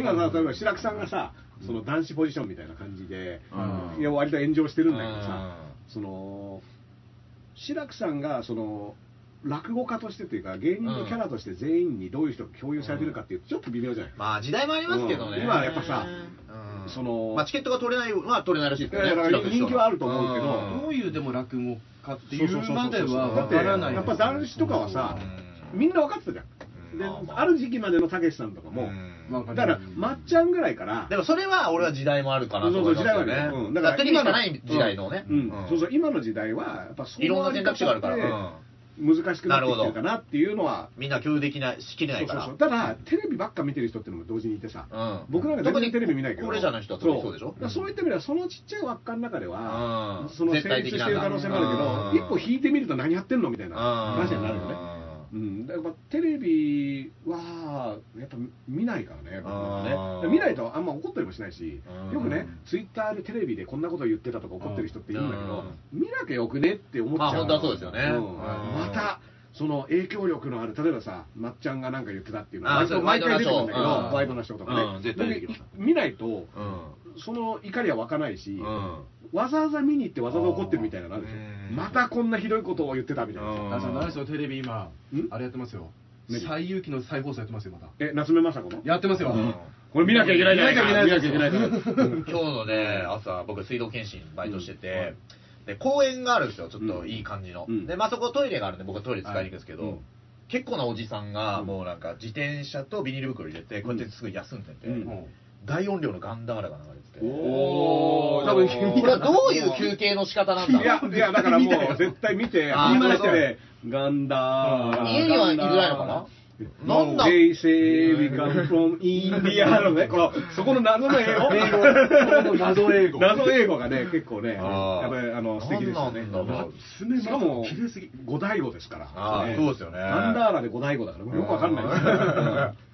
だから今さ例えば白木さんがさその男子ポジションみたいな感じで、うんいや割と炎上してるんだけどさ、うその白木さんがその落語家としてというか芸人のキャラとして全員にどういう人が共有されてるかっていうとちょっと微妙じゃない、まあ時代もありますけどね、うん今はやっぱさうんそのまあ、チケットが取れないのは取れないらしいですけど、ね、いやいやだから人気はあると思うけどんどういうでも落語家ってそいうそうそううそうまではだっわてからないやっぱ男子とかはさみんな分かってたじゃうんんでまあまあある時期までのたけしさんとかもうんまあだからまっちゃんぐらいからでもそれは俺は時代もあるかなとそう思そういま時す代はよね。ね、うんだからテレビしかない時代のね。うんうんそうそう今の時代はやっぱそういろんな選択肢があるから。難しくなってきてるかなっていうのはうんみんな共有できない、しきれないかそうらそう。そうただテレビばっか見てる人っていうのも同時にいてさ、うん僕なんか全然テレビ見ないけど特に高齢者の人は特にそうでしょだからそういった意味ではそのちっちゃい輪っかの中では、うんその成絶対的立しなてる可能性もあるけうど、ん一歩引いてみると何やってんのみたいな話になるよね、うん、だからテレビはやっぱ見ないからね、僕はねあーだから見ないとあんま怒ったりもしないしう、んよくね、ツイッターでテレビでこんなこと言ってたとか怒ってる人っているんだけど、見なきゃよくねって思っちゃまう、あ本当はそうですよねんうんまたその影響力のある、例えばさ、まっちゃんがなんか言ってたっていうのあはー、そう毎回出てくるんだけど、ワワイイドドナナシショョーーととかかねね、うん絶対できますで見ないと、うんその怒りは湧かないし、うんわざわざ見に行ってわざわざ怒ってるみたいなのあるでうしょ、んまたこんなひどいことを言ってたみたいなさ。うんあそうなんですよテレビ今んあれやってますよ何最有機の再放送やってますよまたえ、夏目雅子のやってますようんこれ見なきゃいけないじゃないか。見見ななききゃゃいいけなけないいじゃない今日のね、朝、僕、水道検診バイトしてて、で、公園があるんですよ、ちょっといい感じの。うんで、まあそこトイレがあるんで、僕はトイレ使いに行くんですけど、はいうん結構なおじさんが、うんもうなんか、自転車とビニール袋入れて、こうやってすぐ休んでて、ううんん大音量のガンダーラが流れてて、おこーれ多分これはどういう休憩の仕方なんだいや、いや、だからもう、絶対見て、あー見ましてね、ガンダー。家にはいづらいのかなななんんだだ ?They say we come from India のね、この、そこの謎の英語。謎英語。謎英語がね、結構ね、あーやっぱり、あの、素敵ですよね。なんなんだろうしかも、五大語ですから。あーそうですよねガンダーラで五大語だから、よくわかんないです。うん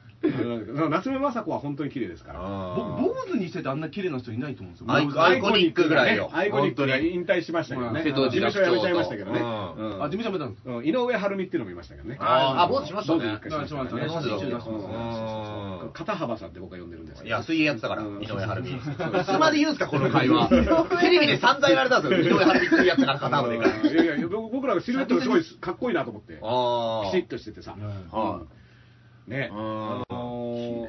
夏目雅子は本当に綺麗ですから。ぼあ坊主にしててあんな綺麗な人いないと思うんですよアイアイコニックぐらいよアイコニックが引退しましたけどね。瀬戸事内学務所長と辞めちゃいましたけどね。うんうんあ事務所もやったんですうん井上晴美っていうのもいましたけどね。あーあ坊主しましたね坊主一回しましたね。あそうですねそうそうそううんそう片幅さんって僕は呼んでるんですーいけどや、水泳やってたから、うん井上晴美。いつまで言うんすか、この会話。テレビで散々言われたんですよ。井上晴美水泳やってたから、片方でかうんいやいやいや、僕僕らがシルエットがすごいかっこいいなと思って、きああ。ちっとしててさ、はうんね、うんあのー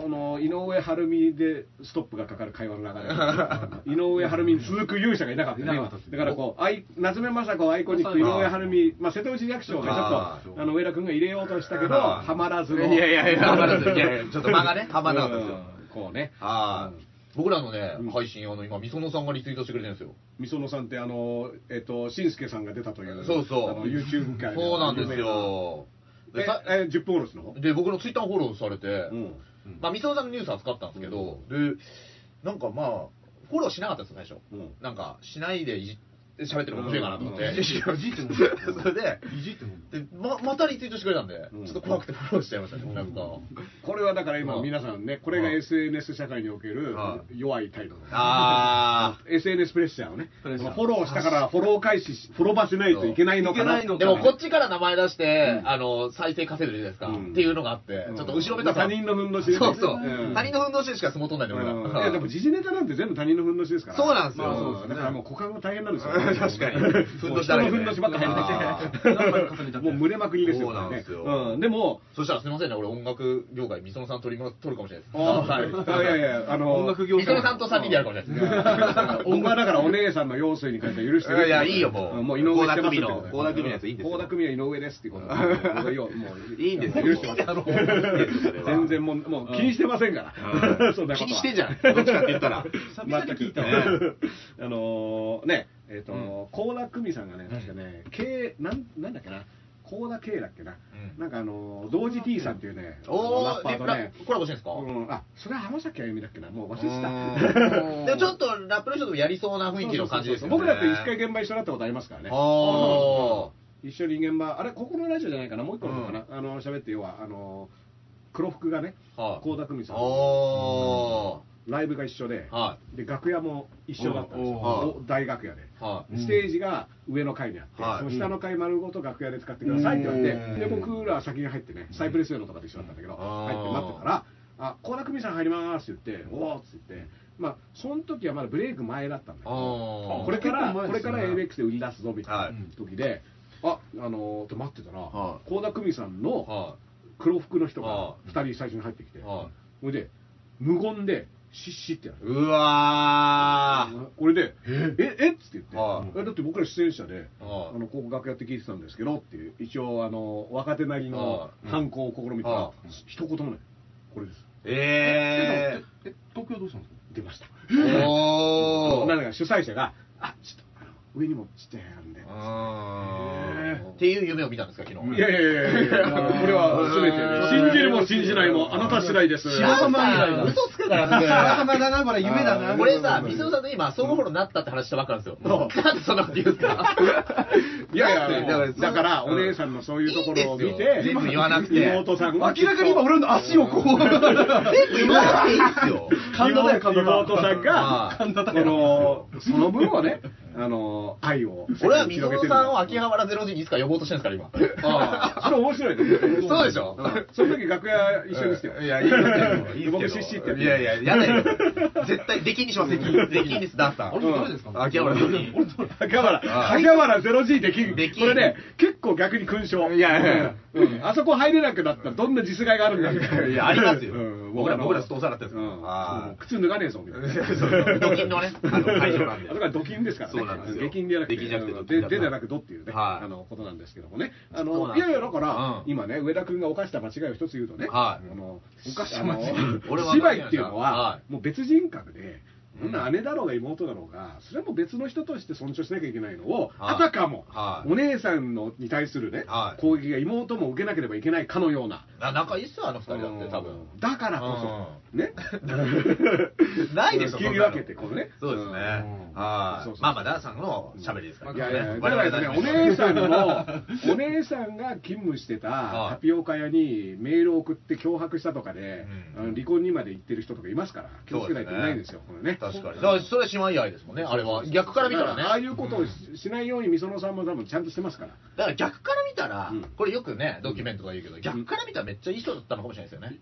この井上晴美でストップがかかる会話 の流れ、井上晴美に続く勇者がいなかったね、いなかったですだからこう、あい夏目雅子をアイコニック、井上晴美、まあ、瀬戸内略称がちょっと、あーあの上田君が入れようとしたけど、あーはまらずの、いやいやいや、はまらずい やいやちょっと間がね、はまらなかったんですうよ。んこうね。ああうん。僕らのねうん、配信用の今、みそのさんがリツイートしてくれてるんですよ。みそのさんってあのえっ、としんすけさんが出たというそうそうあの YouTube 界そうなんですよ。有名で、なさええ10分おろしの方で僕のツイッターフォローされて、うんまあ、みそのさんのニュース扱ったんですけど、で、なんかまあ、フォローしなかったんですよ、最初。うんなんか、しないでいじ喋ってるの面白いかなと思って。うんいじってもそれで、いじってもでままたリツイートしてくれたんで、んちょっと怖くてフォローしちゃいましたね、なんか。これはだから今うん皆さんねこれがうん SNS 社会におけるう弱い態度あ SNS プレッシャーをねプレッシャーフォローし たからフォロー開始しフォローばしないといけないのかないけないのでもこっちから名前出して、うんあの再生稼いでるじゃないですか、うんっていうのがあって、ちょっと後ろめたさ他人のふんどしねそうそう、ん他人のふんどしでしか相撲取んないんで俺うんが、いやでも時事ネタなんて全部他人のふんどしですからそうなんですよまあそうですねだからもう股間が大変なんですよ 確か にふんどしだらけで人のふんどしばっか入あーってきて何枚も重ねちゃっ てもう群れまくりですよ、そうなんですよこれねうん、でも、そしたらすみませんね、俺音楽業界、みそのさん取りも取るかもしれないです。あいやいや、あの、音楽業みそのさんと3人でやるかもしれないです。 音楽だからお姉さんの要請に関しては許してる。いやいやいいよもうんもう井上してますって倖田來未の倖田來未のやついいんですよ倖田來未は井上ですっていうことだ。もういいよもういいんですよ許してます。全然もう、もう気にしてませんから。そんなこと気はにしてんじゃん。どっちかって言ったら。久々に聞いたわ全くあのーね、えっ、うんと、倖田來未さんがね、確かね、K、なん、なんだっけな。倖田圭だっけな、うんなんかあのー同時 T さんっていうね、おラッー、パでーとね、コラボしてんですかうん、あそれは浜崎あゆみだっけな、もう忘れてた。でもちょっとラップの人でもやりそうな雰囲気の感じですよね。僕だって一回現場一緒になったことありますからね。あ一緒に現場、あれ、ここのラジオじゃないかな、もう一個のかな、あの喋って、要は、あの黒服がね、はい倖田來未さんあーライブが一緒で、はで楽屋も一緒だったんですよ、おーお大楽屋で。い。はい。うんステージが上の階にあって、はいその下の階丸ごと楽屋で使ってくださいって言わうんれて、で僕らは先に入ってね、サイプレス上のとかと一緒だったんだけど、うん入って待ってたら、あ、倖田來未さん入りますって言って、おーっつって言って、まあ、その時はまだブレイク前だったんだけど、ああ。これから、結構前こでれすねから ABEX で売り出すぞみたはいいな時で、あ、あのー、と待ってたら、は倖田來未さんのは黒服の人がは2人最初に入ってきて、い。ほはいで、無言で、シッシッってやるい。。うわー。これで、え、ええっつって言って、はいえだって僕ら出演者で、はあの広告学やって聞いてたんですけどっていう一応あの若手なりあのあ犯行を試みたああら一言もないこれですい。ええ東京どうしたんですか出ましたー。なおんー。か主催者が「あちょっとあの上にもちっちゃい部屋あるんで」あーっていう夢を見たんですか、昨日。いやいやいやいやこれは全て信じるも信じないもあなた次第です白浜みたいさなん嘘つくから仲間ね。だなこれ夢だな俺さ、みつおさんと今、相互フォローになったって話したばっかなんですよ。なんでそんなこと言うんですかいやいやだからだからお姉さんのそういうところを見ていいんですよ全部言わなくて妹さんが明らかに今俺の足をこう全部言わなくていいですよ。神田だよ神田妹さんああが、この、その分をね、あの、愛を。俺はみつおさんをあ秋葉原ゼロ時にいつか呼ぼうとしてるんですから、今。あ、それ面白いね。そうでしょんその時楽屋一緒ですよ。いや、いいですけど。 僕シッシってやっていやいや、やだよ。絶対、出禁にします、出禁。出禁です、ダンサあれー。誰ですか秋葉原ゼロ時。秋葉原、秋葉原ゼロ G できるできんこれね、結構逆に勲章。いやいやいやうんあそこ入れなくなったらどんな実害があるんだみたいな。いや、ありますようん。僕ら、も僕ら、ストーサーだったんですうよんあ靴脱がねえぞ、みたいな。 ードキンのね、あの会場なんであ。そこはドキンですからね。そうなんですよ下金でやなくて。下金じゃなくてあドキのンだででじゃなくどっていうね、はいあの、ことなんですけどもね。あそうの、なんいですやよいや、だから、うん今ね、上田君が犯した間違いを一つ言うとね、はいあの、犯した間違い 俺は芝居っていうのは、はもう別人格で、うそんんな姉だろうが妹だろうが、それはもう別の人として尊重しなきゃいけないのを、はいあたかも、はいお姉さんのに対するね、はい攻撃が妹も受けなければいけないかのような。あ仲いいっすよ、あの二人だって、多分。うんだからこそ、ね。 ない でしょ、切そんりなの分けて、このね。そうですね。はそ。いうそうまあまあ、ダンさんの喋りですからいやいや、だ我から々ね、だお姉さ んの、お姉さんが勤務してたタピオカ屋にメールを送って脅迫したとかで、うんあの離婚にまで行ってる人とかいますから、気をつけないといけないんですよ、これね。確かに。だから、それ姉妹愛ですもんね、あれは。逆から見たらね。だああいうことをししないように、みそのさんも多分ちゃんとしてますから。だから逆から見たらうん、これよくね、ドキュメントとか言うけど、逆から見たらめっちゃいい人だったのかもしれないですよね。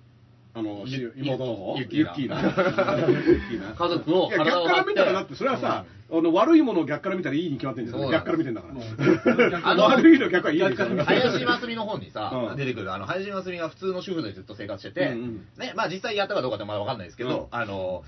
あの、しゆ妹の方ゆっきゆーっなきーな。ゆっきー な家族をいや逆体をから見たら、だって、それはさ、あの悪いものを逆から見たらいいに決まってるんですそよ。うなん逆でから見てんだから。あの 悪いの逆はいいですよ。林真澄の方にさ、うん出てくる、あの、林真澄が普通の主婦でずっと生活してて、うんうんね、まあ実際やったかどうかってまだわかんないですけど、あの、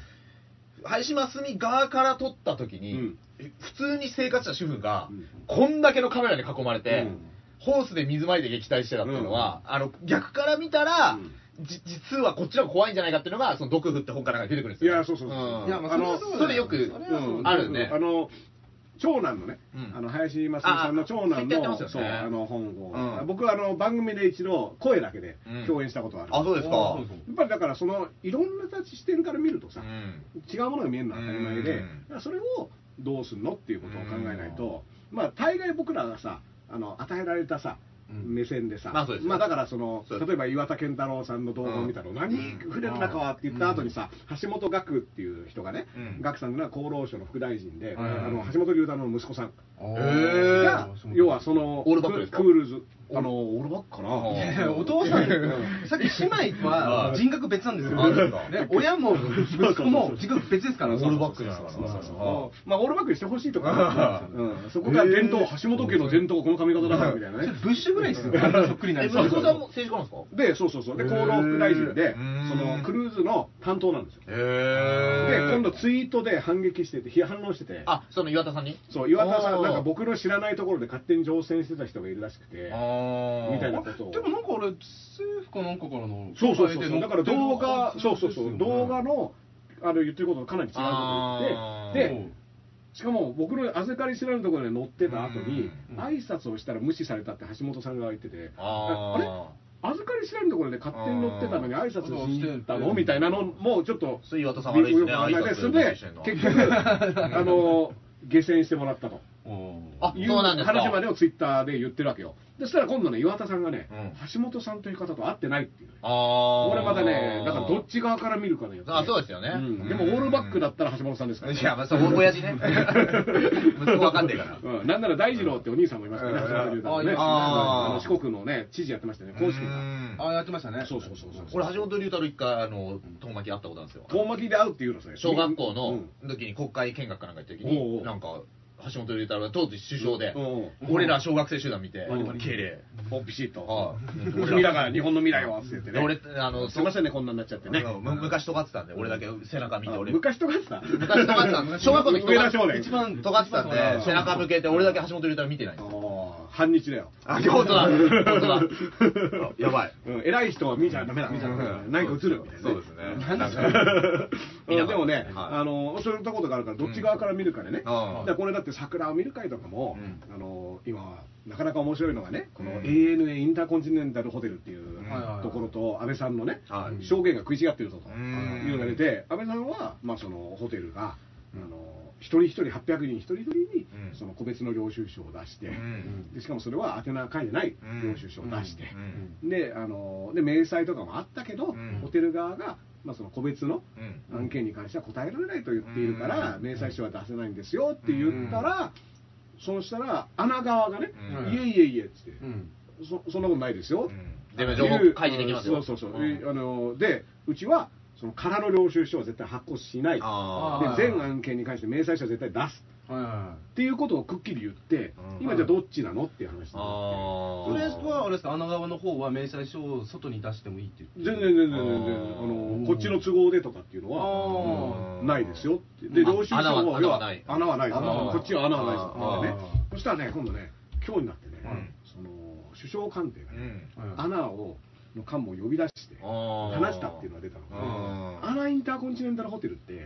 林真澄側から撮った時に、うん普通に生活した主婦が、うんこんだけのカメラに囲まれて、うんホースで水まいて撃退してたっていうのは、あの、逆から見たら、うんじ実はこっちの方が怖いんじゃないかっていうのが、その毒婦って本からなんか出てくるんですよ。いやそうそうそうんいやまああそれはのそうだよそれよく、それはうんあるねあの長男のね、うんあの林真澄さんのあ長男 Twitter やっの、てますそようねあの本を、うん僕はあの番組で一度声だけでうん共演したことがある、あ、そうやですか。そうそうっぱりだからそのいろんな立ちしてるから見るとさ、うん違うものが見えるのは当たり前うで、んだからそれをどうするのっていうことを考えないと、まあ大概僕らがさあの与えられたさうん目線でさ、まあそうですよだからそのそうです例えば岩田健太郎さんの動画を見たら、うん何触れる中はって言った後にさ、橋本岳っていう人がね、うん岳さんが厚労省の副大臣で、はいはいはいあの橋本龍太郎の息子さんえーが、要はそのオールバックですかクールズあのオールバックかな、うんいやお父さん、さっき姉妹は人格別なんですよあそうですか。ね親も息子も人格別ですから。オールバックですからそうそうそうあまあオールバックにしてほしいとか、うん、そこが伝統、へー橋本家の伝統はこの髪型だからみたいなね。 ブッシュぐらいですよ。あんなそっくりなえやつ息子さんも政治家なんですかで、そうそうそう、で、厚労副大臣へでー、そのクルーズの担当なんですよ。へで、え今度ツイートで反撃してて、批判論してて、あ、その岩田さんにそう、岩田さあーん、なんか僕の知らないところで勝手に乗船してた人がいるらしくて、あーみたいなあことをでもなんかあれ、政府かなんかからの。そうそうそうあれで乗っだから動画、てるそうそうそう、動画。の、あの言ってることとかなり違うことあーを言っでてですよね、しかも僕の預かり知らぬところで乗ってた後にうん挨拶をしたら無視されたって橋本さんが言っててああれ預かり知らぬところで勝手に乗ってたのに挨拶をしてたあーのみたいなのもちょっとあそう岩田さんよ悪いですくね考えて挨拶それで無視してんの結局あの下船してもらったとうんあいうそうなんですか話までをツイッターで言ってるわけよそしたら今度ね岩田さんがね、うん橋本さんという方と会ってないっていうねああ。これまたねだからどっち側から見るかのよってねあそうですよねうんでもオールバックだったら橋本さんですからねいや、まあ、そう、親 父ね。息子わかんねえから。 うん、なんなら大二郎ってお兄さんもいますからうね、ん橋本龍太郎あいますねねあーの四国のね、知事やってましたね、公式うが。んああやってましたねそうそうそうそう。俺、橋本龍太郎一回、あの、遠巻き会ったことあるんですよ。遠巻きで会うっていうのそれ。小学校のうん時に国会見学かなんか行った時おうおに、うなんか、橋本龍太郎が当時首相でう、ん俺ら小学生集団見てう、ん敬礼。おビシッあと。あ君らが日本の未来をって言ってね。俺、あの、すいませんね、こんなんなっちゃってね。うんむ昔尖ってたんで、俺だけ背中見て、俺。昔とかさ、昔 尖ってたんで、小学校の時上田少年。一番尖ってたんうんで、背中向けて、俺だけ橋本龍太郎見てないんあですよ。あ、半日だよ。あ、本当だ、本当 だ。 やばい。うん、偉い人は見ちゃダメだ、見ちゃダメだ。何か映るみたいなね。そうですね。なんか うんでもね、はいあのそういったことがあるから、どっち側から見るかでね、うんだからこれだって桜を見る会とかも、うんあの今はなかなか面白いのがね、こうのん ANA インターコンチネンタルホテルっていうはいはいはいところと、安倍さんのね、はい証言が食い違ってるぞとうんいうのが出て、安倍さんは、まあ、そのホテルが、あの一人一人、800人一人一人にうん、その個別の領収書を出して、うんでしかもそれは宛名書いてない領収書を出して。うんであので明細とかもあったけど、うんホテル側が、まあ、その個別のうん案件に関しては答えられないと言っているから、うん明細書は出せないんですよって言ったら、そうしたら穴側がね、うんいえいえいえっつって、うんそそんなことないですうよ、んでも情報開示できますよ。そうそうそう、んえあのでうちはその空の領収書は絶対発行しないであー全案件に関して明細書は絶対出すはいはいはいっていうことをくっきり言って、うん今じゃあどっちなのっていう話になってあーそれはあれですか穴川の方は明細書を外に出してもいいって全言っ然て全然全然あーあのこっちの都合でとかっていうのはあーうんないですよってであ領収書穴はは穴要はない穴はないです穴はないこっちは穴はないですからねあそしたらね今度ね今日になってね、うんその首相官邸がうね、んうん穴をの官も呼び出してあー話したっていうのが出たのうんアナインターコンチネンタルホテルって、ん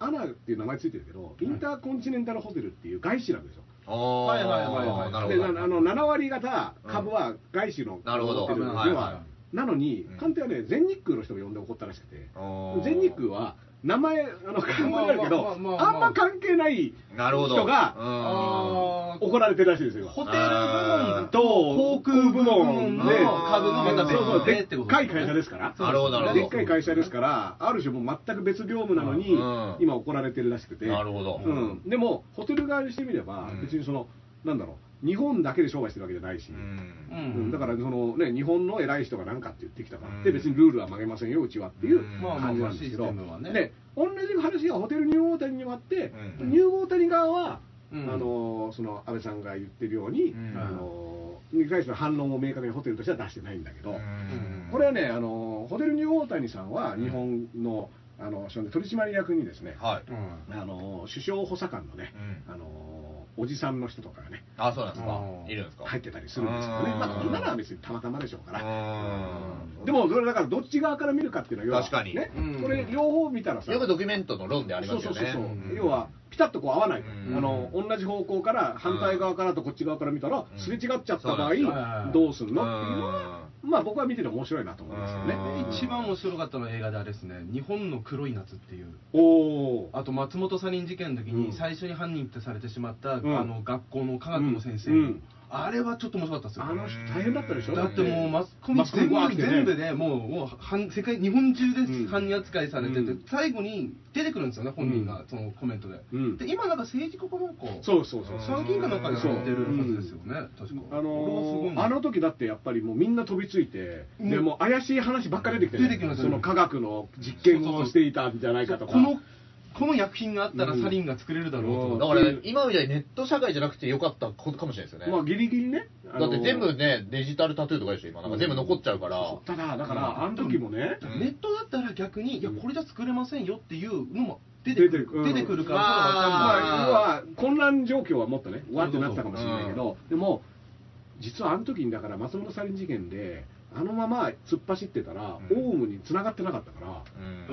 アナっていう名前ついてるけどインターコンチネンタルホテルっていう外資なんですよあーはいはいはいはいなでるなほあど。の7割方株は外資のなるほど株なんですはいよはいはなのにうん官邸はね全日空の人が呼んで怒ったらしくてあー全日空は名前あの冠あるけどあまあんまあまあまあま関係ないなるほど。人がうんあー怒られてるらしいですよホ今テル部門とと航航空空部部門門での株がまた別そうそうででっってことかい会社ですからなるほどなるほどでっかい会社ですからある種もう全く別業務なのにうん今怒られてるらしくてなるほど。うん、でもホテル側にしてみれば、うん別にそのなんだろう日本だけで商売してるわけじゃないし、うんううんんだからその、ね、日本の偉い人が何かって言ってきたからって、うん別にルールは曲げませんようちはっていううんまあまあ感じなんですけど、まあシステムはねで同じ話がホテルニューオータニにもあって、うんニューオータニ側は、うんあのその安倍さんが言ってるように、うんあのに対しての反論を明確にホテルとしては出してないんだけど。うんこれはね、あのホテルニューオータニさんは日本の,、あの所取締役にですね、はい。うんあの首相補佐官のね、うんあのおじさんの人とかがねあ、そうなんですあか。ーいるんですか。入ってたりするんですよねうんまあこんなのは別にたまたまでしょうからうんでもそれだからどっち側から見るかっていうのは要は確かにねうんこれ両方見たらさよくドキュメントの論でありますよね。そうそうそうそう、うん要はピタッとこう合わない、うんあの同じ方向から反対側からとこっち側から見たら、うんすれ違っちゃったそう場合、なんですよはいどうするのっていうのは、まあ僕は見てて面白いなと思いますよね、うん一番面白かったのは映画であれですね「日本の黒い夏」っていうおおあと松本サリン事件の時うんに最初に犯人ってされてしまった、うんあの学校の科学の先生、うんうんあれはちょっと面白かったあでの人大変だったでしすょよだってもうマスコミマスコミ全うわー来部てね全部でもうもう犯世界日本中うんで犯人扱いされてて、うん最後に出てくるんですよね本人が、うそのコメントで、うんで今なんか政治家かなんかそうそうそうそう参議院かなんかになってるはずですよね、確かあの俺はすごいーあの時だってやっぱりもうみんな飛びついて、うんでもう怪しい話ばっかり出てきて,、出てきますよそねの科学の実験をしていたんじゃないかとかこのこの薬品があったらうんサリンが作れるだろうと思ってだから今みたいにネット社会じゃなくてよかったことかもしれないですよね。まあギリギリね、あだのっーて全部ね、デジタルタトゥーとかでしょ、今。なんか全部残っちゃうから。そうただだからあの時もね、うんネットだったら逆に、いや、うんこれじゃ作れませんよっていうのも出てく出てるくるうん出てくるから、まままああ、要は混乱状況はもっとねわってなったかもしれないけど、でも実はあの時にだから松本サリン事件であのまま突っ走ってたら、うんオウムに繋がってなかったから、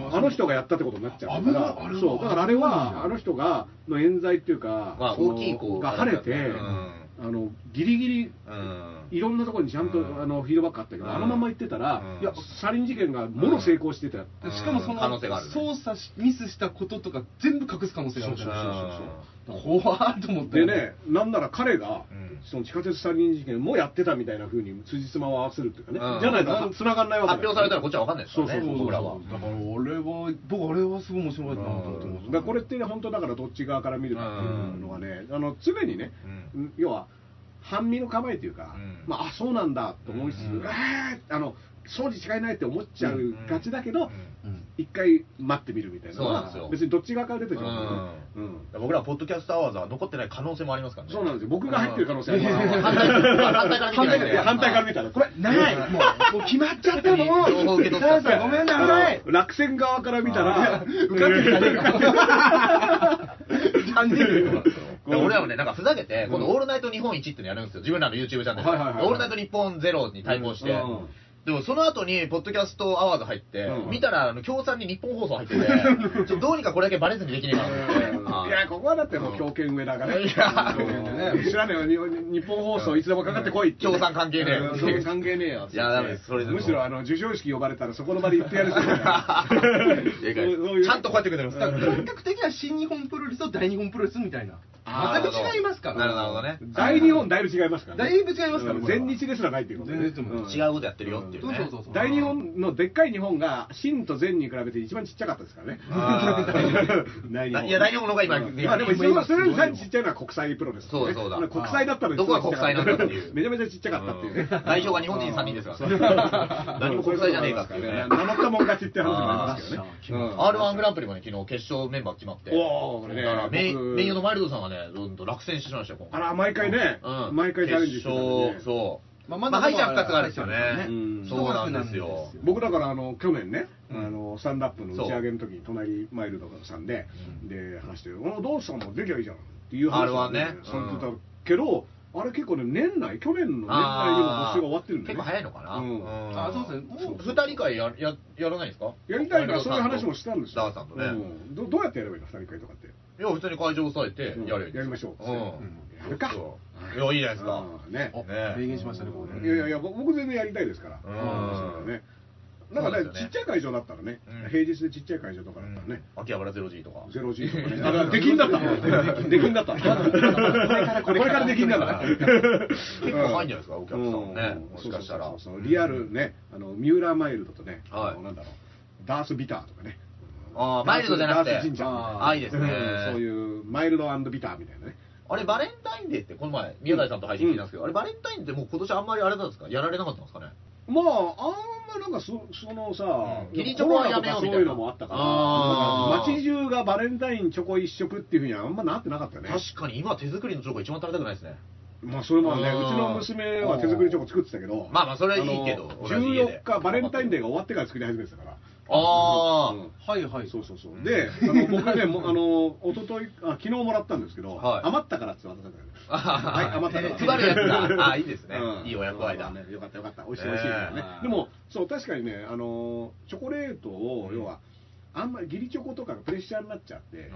うんあの人がやったってことになっちゃうから危ないあれ、はそうだからあれ危ないは、あの人がの冤罪っていうか、まあその大きいこうが晴れて、うんあのギリギリ、うんいろんなところにちゃんと、うんあのフィードバックあったけど、うんあのまま行ってたら、うんいや、サリン事件がもろ成功してた、しかもその可能性があるね操作しミスしたこととか全部隠す可能性があるじゃそうないそうでそうすそうか。怖っと思ってでね、なんなら彼が、うんその地下鉄サリン事件もやってたみたいな風に辻褄を合わせるっていうかね、うんじゃないと繋がんないわけ発表されたらこっちはわかんないですからね、そうそうそうそう僕らは。だから俺は僕あれはすごい面白かったなと思ってますだからこれってね、本当だからどっち側から見るかっていうのはね、あの常にね、要は半身の構えというか、うんまあ、あそうなんだと思いつつ、うんえーあのそうに違いないって思っちゃうがちだけど、うん一回待ってみるみたいなのそうなんですはよ別にどっち側から出てしまうとね、うん僕ら、ポッドキャストアワーズは残ってない可能性もありますからね。そうなんですよ僕が入ってる可能性ありままあす反対反対から見てないん反対かでら反対から見たらこれないもうもう決まっちゃったの情報受け取っちゃったさあさあごめんなさい落選側から見たら受かってるじゃねえ かじゃねえよで俺らもね、なんかふざけて、このオールナイト日本一っていうのやるんですよ。自分らの YouTube チャンネルで。はいはいはいはいオールナイト日本ゼロに対抗して。うんでもその後に、ポッドキャストアワーズ入って、うん見たら、あの、共産に日本放送入 ってて、ちょっとどうにかこれだけバレずにできねえかなと思っいて。やここはだってもう強権上だからいやね知らねえよに日本放送いつでもかかってこいって共産関係ねえようん共産関係ねえよいやダメですそれでもむしろあの授賞式呼ばれたらそこの場で言ってやるし でかいそうそういうちゃんとこうやってくれます。だから本格的な新日本プロレスと大日本プロレスみたいなあー全く違いますからなるほどなるほどね。大日本だいぶ違いますからねだいぶ違いますからうんこれは全日ですらないっていうことね全日もん違うことやってるよっていうね。そうそうそう大日本のでっかい日本が真と善に比べて一番ちっちゃかったですからね。あ 大日本いや大日本の方が今うんまあでも一番それよりさらにちっちゃいのは国際プロですからねそうそうだあの国際だったのにどこが国際なんだっていうめちゃめちゃちっちゃかったっていうね。代表が日本人3人ですから。 何も国際じゃねえかっていうね。名乗ったもん勝ちって話もありますけどね。 R1 グランプリもね、昨日決勝メンバー決まって。おーこれねだからメイ僕メインのマイルドさんがね、どんどん落選してましたよ、今あ回ら、毎回ね、うん毎回チャレンジして決たからね勝、そう。ままああ、まだまあ、敗者復活があるんですよねうん。そうなんですよ。僕だからあの去年ね、うんあのサンダップの打ち上げの時に隣マイルドさんで、で話して「おどうしたのできゃいいじゃん」っていう話を、あれはねされてたうんけど、あれ結構ね年内去年の年内にも募集が終わってるんで、ね、結構早いのかな。うんあそうですねもう2人会やややらないんですかやりたいからそういう話もしたんですよダーさんとね。うんどどうやってやればいいの2人会とかっていや、普通に会場押さえてうん、やるやりましょううん。やるかそういや、いいじゃないですか。うんねおね明言しましたねここいでやいやいや僕僕全然やりたいですから、うんそうだねなんかねそうですよねちっちゃい会場だったらね、うん平日でちっちゃい会場とかだったらね、秋葉原ゼロ G とか。ゼロ G とかね。あら、出禁だった。出禁だった。これから、これから出禁だから。結結構入んじゃないですかお客さんもねもしかしたらリアルね、あの、ミューラーマイルドとね、はいあのなんだろう、ダースビターとかね。あーマイルドじゃなくてダースジンジャーみたいなあーいいですねうんそういう、マイルドビターみたいなね。あれ、バレンタインデーって、この前、宮台さんと配信聞いたんですけど、あれ、バレンタインってもう今年あんまりあれなんですかやられなかったんですかねまあ、あんまなんかそ、そのさ、うん義理チョコはやめようみたいなコロナとかそういうのもあったから、あー街中がバレンタインチョコ一色っていうふうにはあんまなってなかったよね。確かに今手作りのチョコ一番食べたくないですね。まあそれもあるね、うんうちの娘は手作りチョコ作ってたけど、まあまあそれはいいけどあ同のじ家で14日、バレンタインデーが終わってから作り始めてたから、あうんはいはいそうそうそう、で、あの僕ね、もあの一昨日あ昨日もらったんですけど、はい余ったからって渡されたあはい余ったからえー配るやつ だ。ああ、いいですねう。んいい親子愛だ。そうねねよかったよかった、美味しい美味しいからねえ、えでも、そう、確かにね、あのチョコレートを、うん要は、あんまり義理チョコとかがプレッシャーになっちゃって。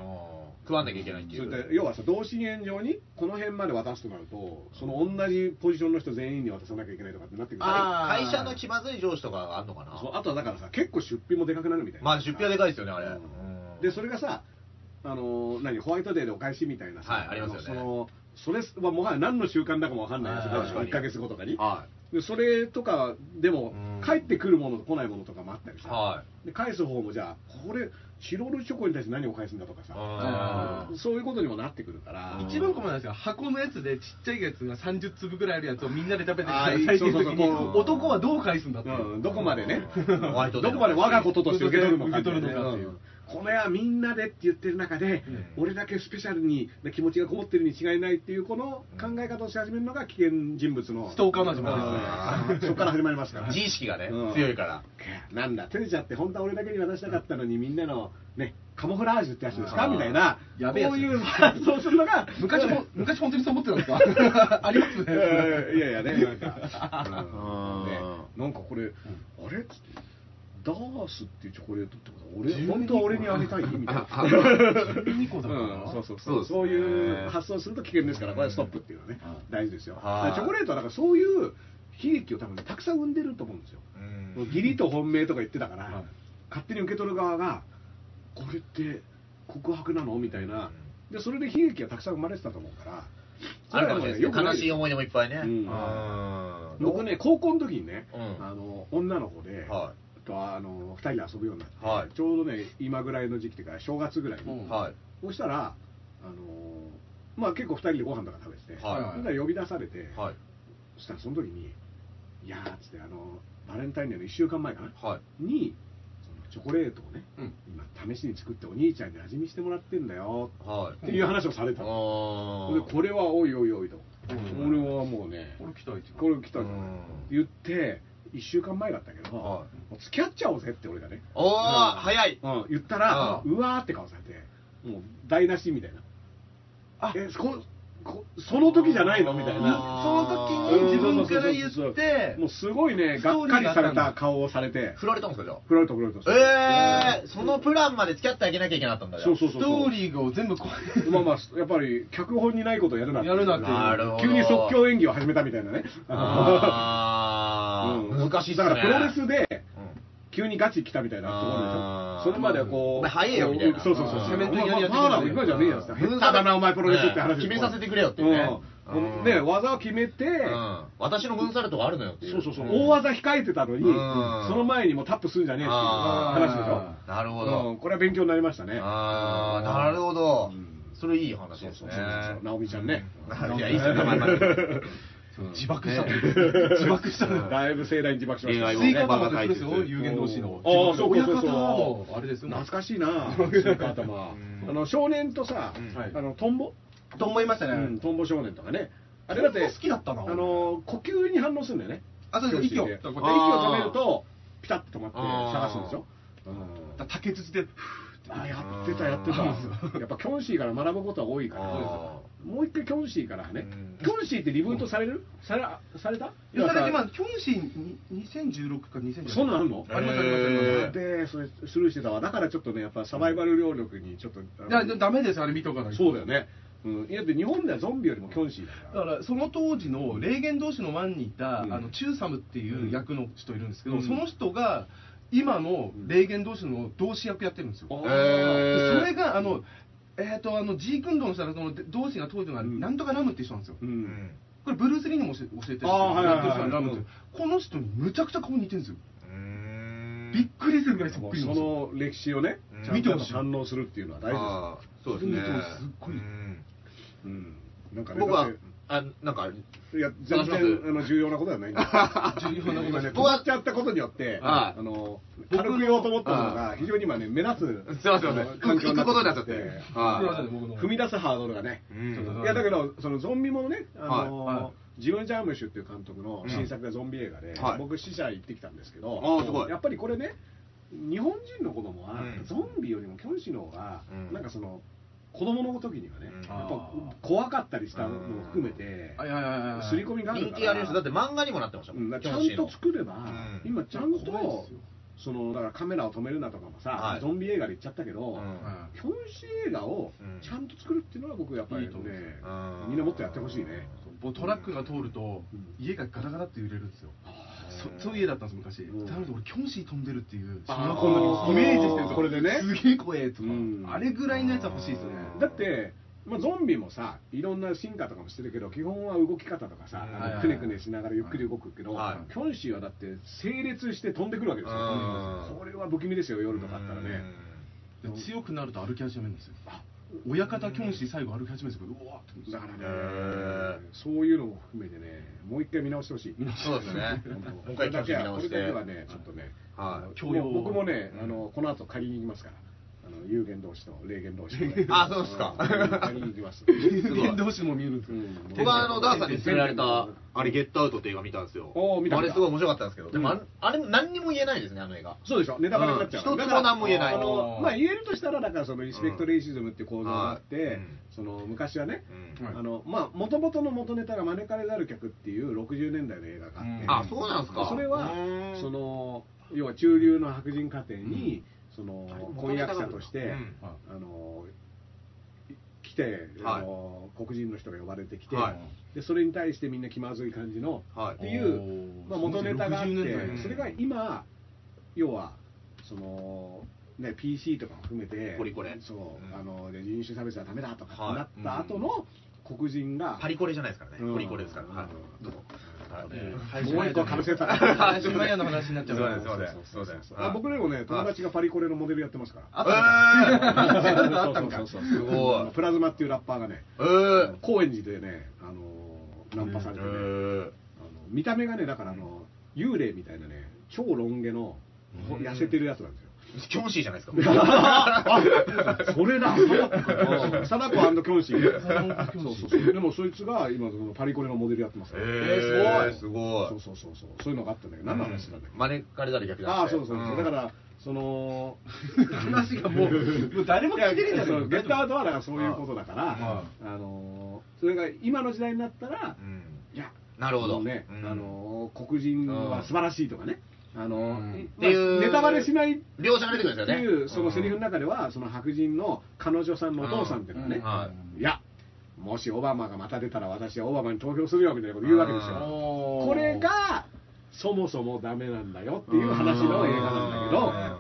食わなきゃいけないっていそれう。で要はさ同心円状にこの辺まで渡すとなるとその同じポジションの人全員に渡さなきゃいけないとかってなってくるからあー会社の気まずい上司とかがあんのかなそうあとはだからさ結構出費もでかくなるみたいなまあ出費はでかいですよね、あれ。うんうんでそれがさあのー何ホワイトデーでお返しみたいなさ、はいありますよねあのそのそれはもはや何の習慣だかもわかんないやつはい1ヶ月後とかにはでそれとかでもうん帰ってくるものと来ないものとかもあったりい。さ、はで返す方もじゃあこれチロルチョコに対して何を返すんだとかい。さ、あそういうことにもなってくるから一番困るんですよ箱のやつでちっちゃいやつが30粒ぐらいあるやつをみんなで食べてくあださいーっていう時そうそうにそうこう男はどう返すんだってうん、どこまでね、ホワイトデーどこまで我がこととして受け取るのか受け取るのかってねいううんこれはみんなでって言ってる中で、うん俺だけスペシャルに気持ちがこもってるに違いないっていうこの考え方をし始めるのが危険人物のストーカーの始まりあーそこから始まりますから自意識がねうん、強いから。なんだ照れちゃって本当は俺だけに渡したかったのにみんなのねカモフラージュってやつですかうんみたいなやべえやつこう いう発想するのが昔ほん昔本当にそう思ってたんです かありますねうんいやいやね、なんか、うんねなんかこれ、あれっつってダースっていうチョコレートってことは、俺、本当は俺にあげたいみたいな。 12個だからうんそうそうそうでそうすねそういう発想すると危険ですから、これはストップっていうのはね、大事ですよ。だはいからチョコレートはだからそういう悲劇を多分ねたくさん生んでると思うんですよ。うん義理と本命とか言ってたかはいら、勝手に受け取る側が、これって告白なのみたいなでそれで悲劇がたくさん生まれてたと思うからあるかもしれないですね悲しいよ思い出もいっぱいね。うんうん僕ね、高校の時にね、うんあの女の子で、はとあの2人で遊ぶようになって、はいちょうどね今ぐらいの時期っていうか正月ぐらいに、うんい。はい。そしたらあのまあ結構2人でご飯とか食べてて、はいそしたら呼び出されて、はい。そしたらその時に「いやー」っつってあのバレンタインデーの1週間前かなはい。にそのチョコレートをね、うん今試しに作ってお兄ちゃんに味見してもらってんだよはい。っていう話をされたの、あでこれはおいおいおいと、うん俺はもうね俺期待値これ来たうのん言って1週間前だったけど、はもう付き合っちゃおうぜって俺がね、おおー、早い。うん、言ったら、ううわーって顔されてもう台無しみたいなあえここその時じゃないのみたいなあーその時に自分から言ってもうすごいねスがトっーリかーりがあっさたんだれた顔をされて振られたんですか、じゃあ。フラウトフラウトええー、そのプランまで付き合ってあげなきゃいけなかったんだそうそうスそトうそうーリーを全部こうまあまあ、やっぱり脚本にないことをやるなやるなっていうなるほど。急に即興演技を始めたみたいなね。あうーん難しいっすね。だからプロレスでうん急にガチ来たみたいなところでしあょーそれまではこおう前早いよみたいなそうそうそううん攻めてお前やっやっててくくれまあまあまあ今れじゃねえやつだ下手だなお前プロレスって話決めさせてくれよってうんね。うんね技を決めてうん私のムーンサルトがあるのよっていそうそうそううん大技控えてたのにうんその前にもうタップするんじゃねえっていう話でしょあなるほうんど。これは勉強になりましたねああ、なるほどうん。それいい話ですねそうそうそう。直美ちゃんねいや、いいっすね、名前 まで。 自爆した自爆し ただいぶ盛大に自爆しました恋愛をスイカ頭がですよ有言同士のああそうそう親そうそう方をあれですよ懐かしい なスイカ頭うんあの少年とさうんはいあのトンボと思いましたうんねトンボ少年とかねあれだってトンボ好きだったなあの呼吸に反応するんだよねあそうです教室息をで息をあー止めるとピタッと止まってあー探すんでしょだ竹筒でふーってあやってたやってたやっぱキョンシーから学ぶことは多いからあもう一回キョンシーからねうんキョンシーってリブートされるされされたいやだって今キョンシーに2016か2016そんなんあんのありますありますありへまーすでそれスルーしてたわだからちょっとねやっぱサバイバル能力にちょっとあのいやでダメですあれ見とかないとそうだよね、うん、いやだって日本ではゾンビよりもキョンシーだかだらからその当時の霊言同士の湾にいた、うんあのチューサムっていう役の人いるんですけど、うんその人が今の霊言同士の同士役やってるんですよ、あでへーそれがあのえっ、とあの G 君堂の人はその同士が当時のうんなんとかラムっていう人なんですよ、ううんんこれブルース・リーにも教え教えてるんですよあーはいはいはいブルースリーのラムっていうこの人にむちゃくちゃ顔似てるんですようーんびっくりするぐらいそもっうくりそなんですよの歴史をねうんちゃん見てとほしい反応するっていうのは大事あーそうですね。それ見てもすっごいうんですよ、うん、なんかね僕はだって、あ、なんか、いや全話し然ますあの重要なことではないんだ重要なこね とね止まっちゃったことによってはあいの僕の軽く言おうと思ったのが非常に今ね目立つすいません、すいませあのん。行く行くことになっちゃって。すいませはん僕の踏み出すハードルがねい。うちょっんといやだけどそのゾンビもね、あのはいはいジム・ジャームシュっていう監督のうん新作がゾンビ映画で、はい僕試写行ってきたんですけど、あーすごいやっぱりこれね日本人の子供は、うんゾンビよりもキョンシーの方が、うんなんかその子供の時にはね、うんやっぱ怖かったりしたのも含めて、あいやいやいやいや刷り込みがある人から気ありますだって漫画にもなってましたもうんん。だからちゃんと作れば、ん今ちゃん怖いとですよそのだからカメラを止めるなとかもさ、はいゾンビ映画で言っちゃったけど、うんはキョンシー映画をちゃんと作るっていうのは僕やっぱりいいねと思いますうんみんなもっとやってほしいね。いもうトラックが通るとうん家がガラガラって揺れるんですようんそそういう家だったんです昔、うんなので俺キョンシー飛んでるっていう小あー学校の時イメージしてるんですよこれでねすげえ怖えとか、うんあれぐらいのやつは欲しいですねうんだって、まあ、ゾンビもさいろんな進化とかもしてるけど基本は動き方とかさうんあのはいくねくねしながらゆっくり動くけど、はいキョンシーはだって整列して飛んでくるわけですよ、うんこれは不気味ですよ夜とかあったらね、で強くなると歩き始めるんですよ親方キョンシー最後歩き始めるんですようわーってだからね、へーそういうのも含めてねもう一回見直してほしいうんそうです ね。もう一回だ聞けきは直こしれて。だけはねちょっとね、はい教養を僕もねあのこの後借りに行きますからあの有言同士と霊言同士と あそうですかうん借りに行 きますすごい同士も見えるんですよ、うん僕はあの、ダーさんに勧められた、あれ、ゲットアウトって映画見たんですよ。おー見たあれすごい面白かったんですけど、でもあれうんあれも何にも言えないですね、あの映画。そうでしょ、ネタバレになっちゃうから、うん一つもだから何も言えないあのまあ、言えるとしたら、だからそのリスペクト・レイシズムっていう構造があって、うんはいその昔はね、うんあのまあ元々の元ネタが招かれざる客っていう60年代の映画があって、うんあ、そうなんですか。それはうんそ、の要は中流の白人家庭に、そのあれ元婚ネタ約がある者んだとして、うんあの来て、はいあの黒人の人が呼ばれてきて、はいでそれに対してみんな気まずい感じの、はいっていう、おーまあ、元ネタがあって60年代のそれが今要はそのね、PC とかも含めてコリコレそう、うんあので人種差別はダメだとかはいなった後の黒人が、パリコレじゃないですからね。うんコリコレですから。はい。うんどうぞ。はいもう一個かぶ せた配 信 マニアの話になっちゃうからすいませんすいませんそうあ僕でもね友達がパリコレのモデルやってますからあそうったんだあったんかそうそうすそうごい プラズマっていうラッパーがねえー高円寺でねあのナンパされえてね、ーあの見た目がねだからあの幽霊みたいなね超ロン毛のうん痩せてるやつなんですよキョンシーじゃないですか。それだ、貞子キョンシー。貞子キョンシーそうそうそう。でもそいつが今そのパリコレのモデルやってますから。えーえすごいそうそうそうそう。そういうのがあったんだけど、何の話だね。招かれたり逆だああ、そうそうそう。だか、んらその話 がもう、もう誰もい聞やいてねえんだそうゲットアウトトはだからそういうことだから、あのそれが今の時代になったらう、んいやなるほど。ね、うんあ、の黒人は素晴らしいとかね。あの、うんまあっていうネタバレしない描写が出てくるんですってよね。いうそのセリフのな中ではその白人の彼女さんのお父さんっていうのはね、はいやもしオバマがまた出たら私はオバマに投票するよみたいなこと言うわけですよこれ、がそもそもダメなんだよっていう話の映画なんだけどうん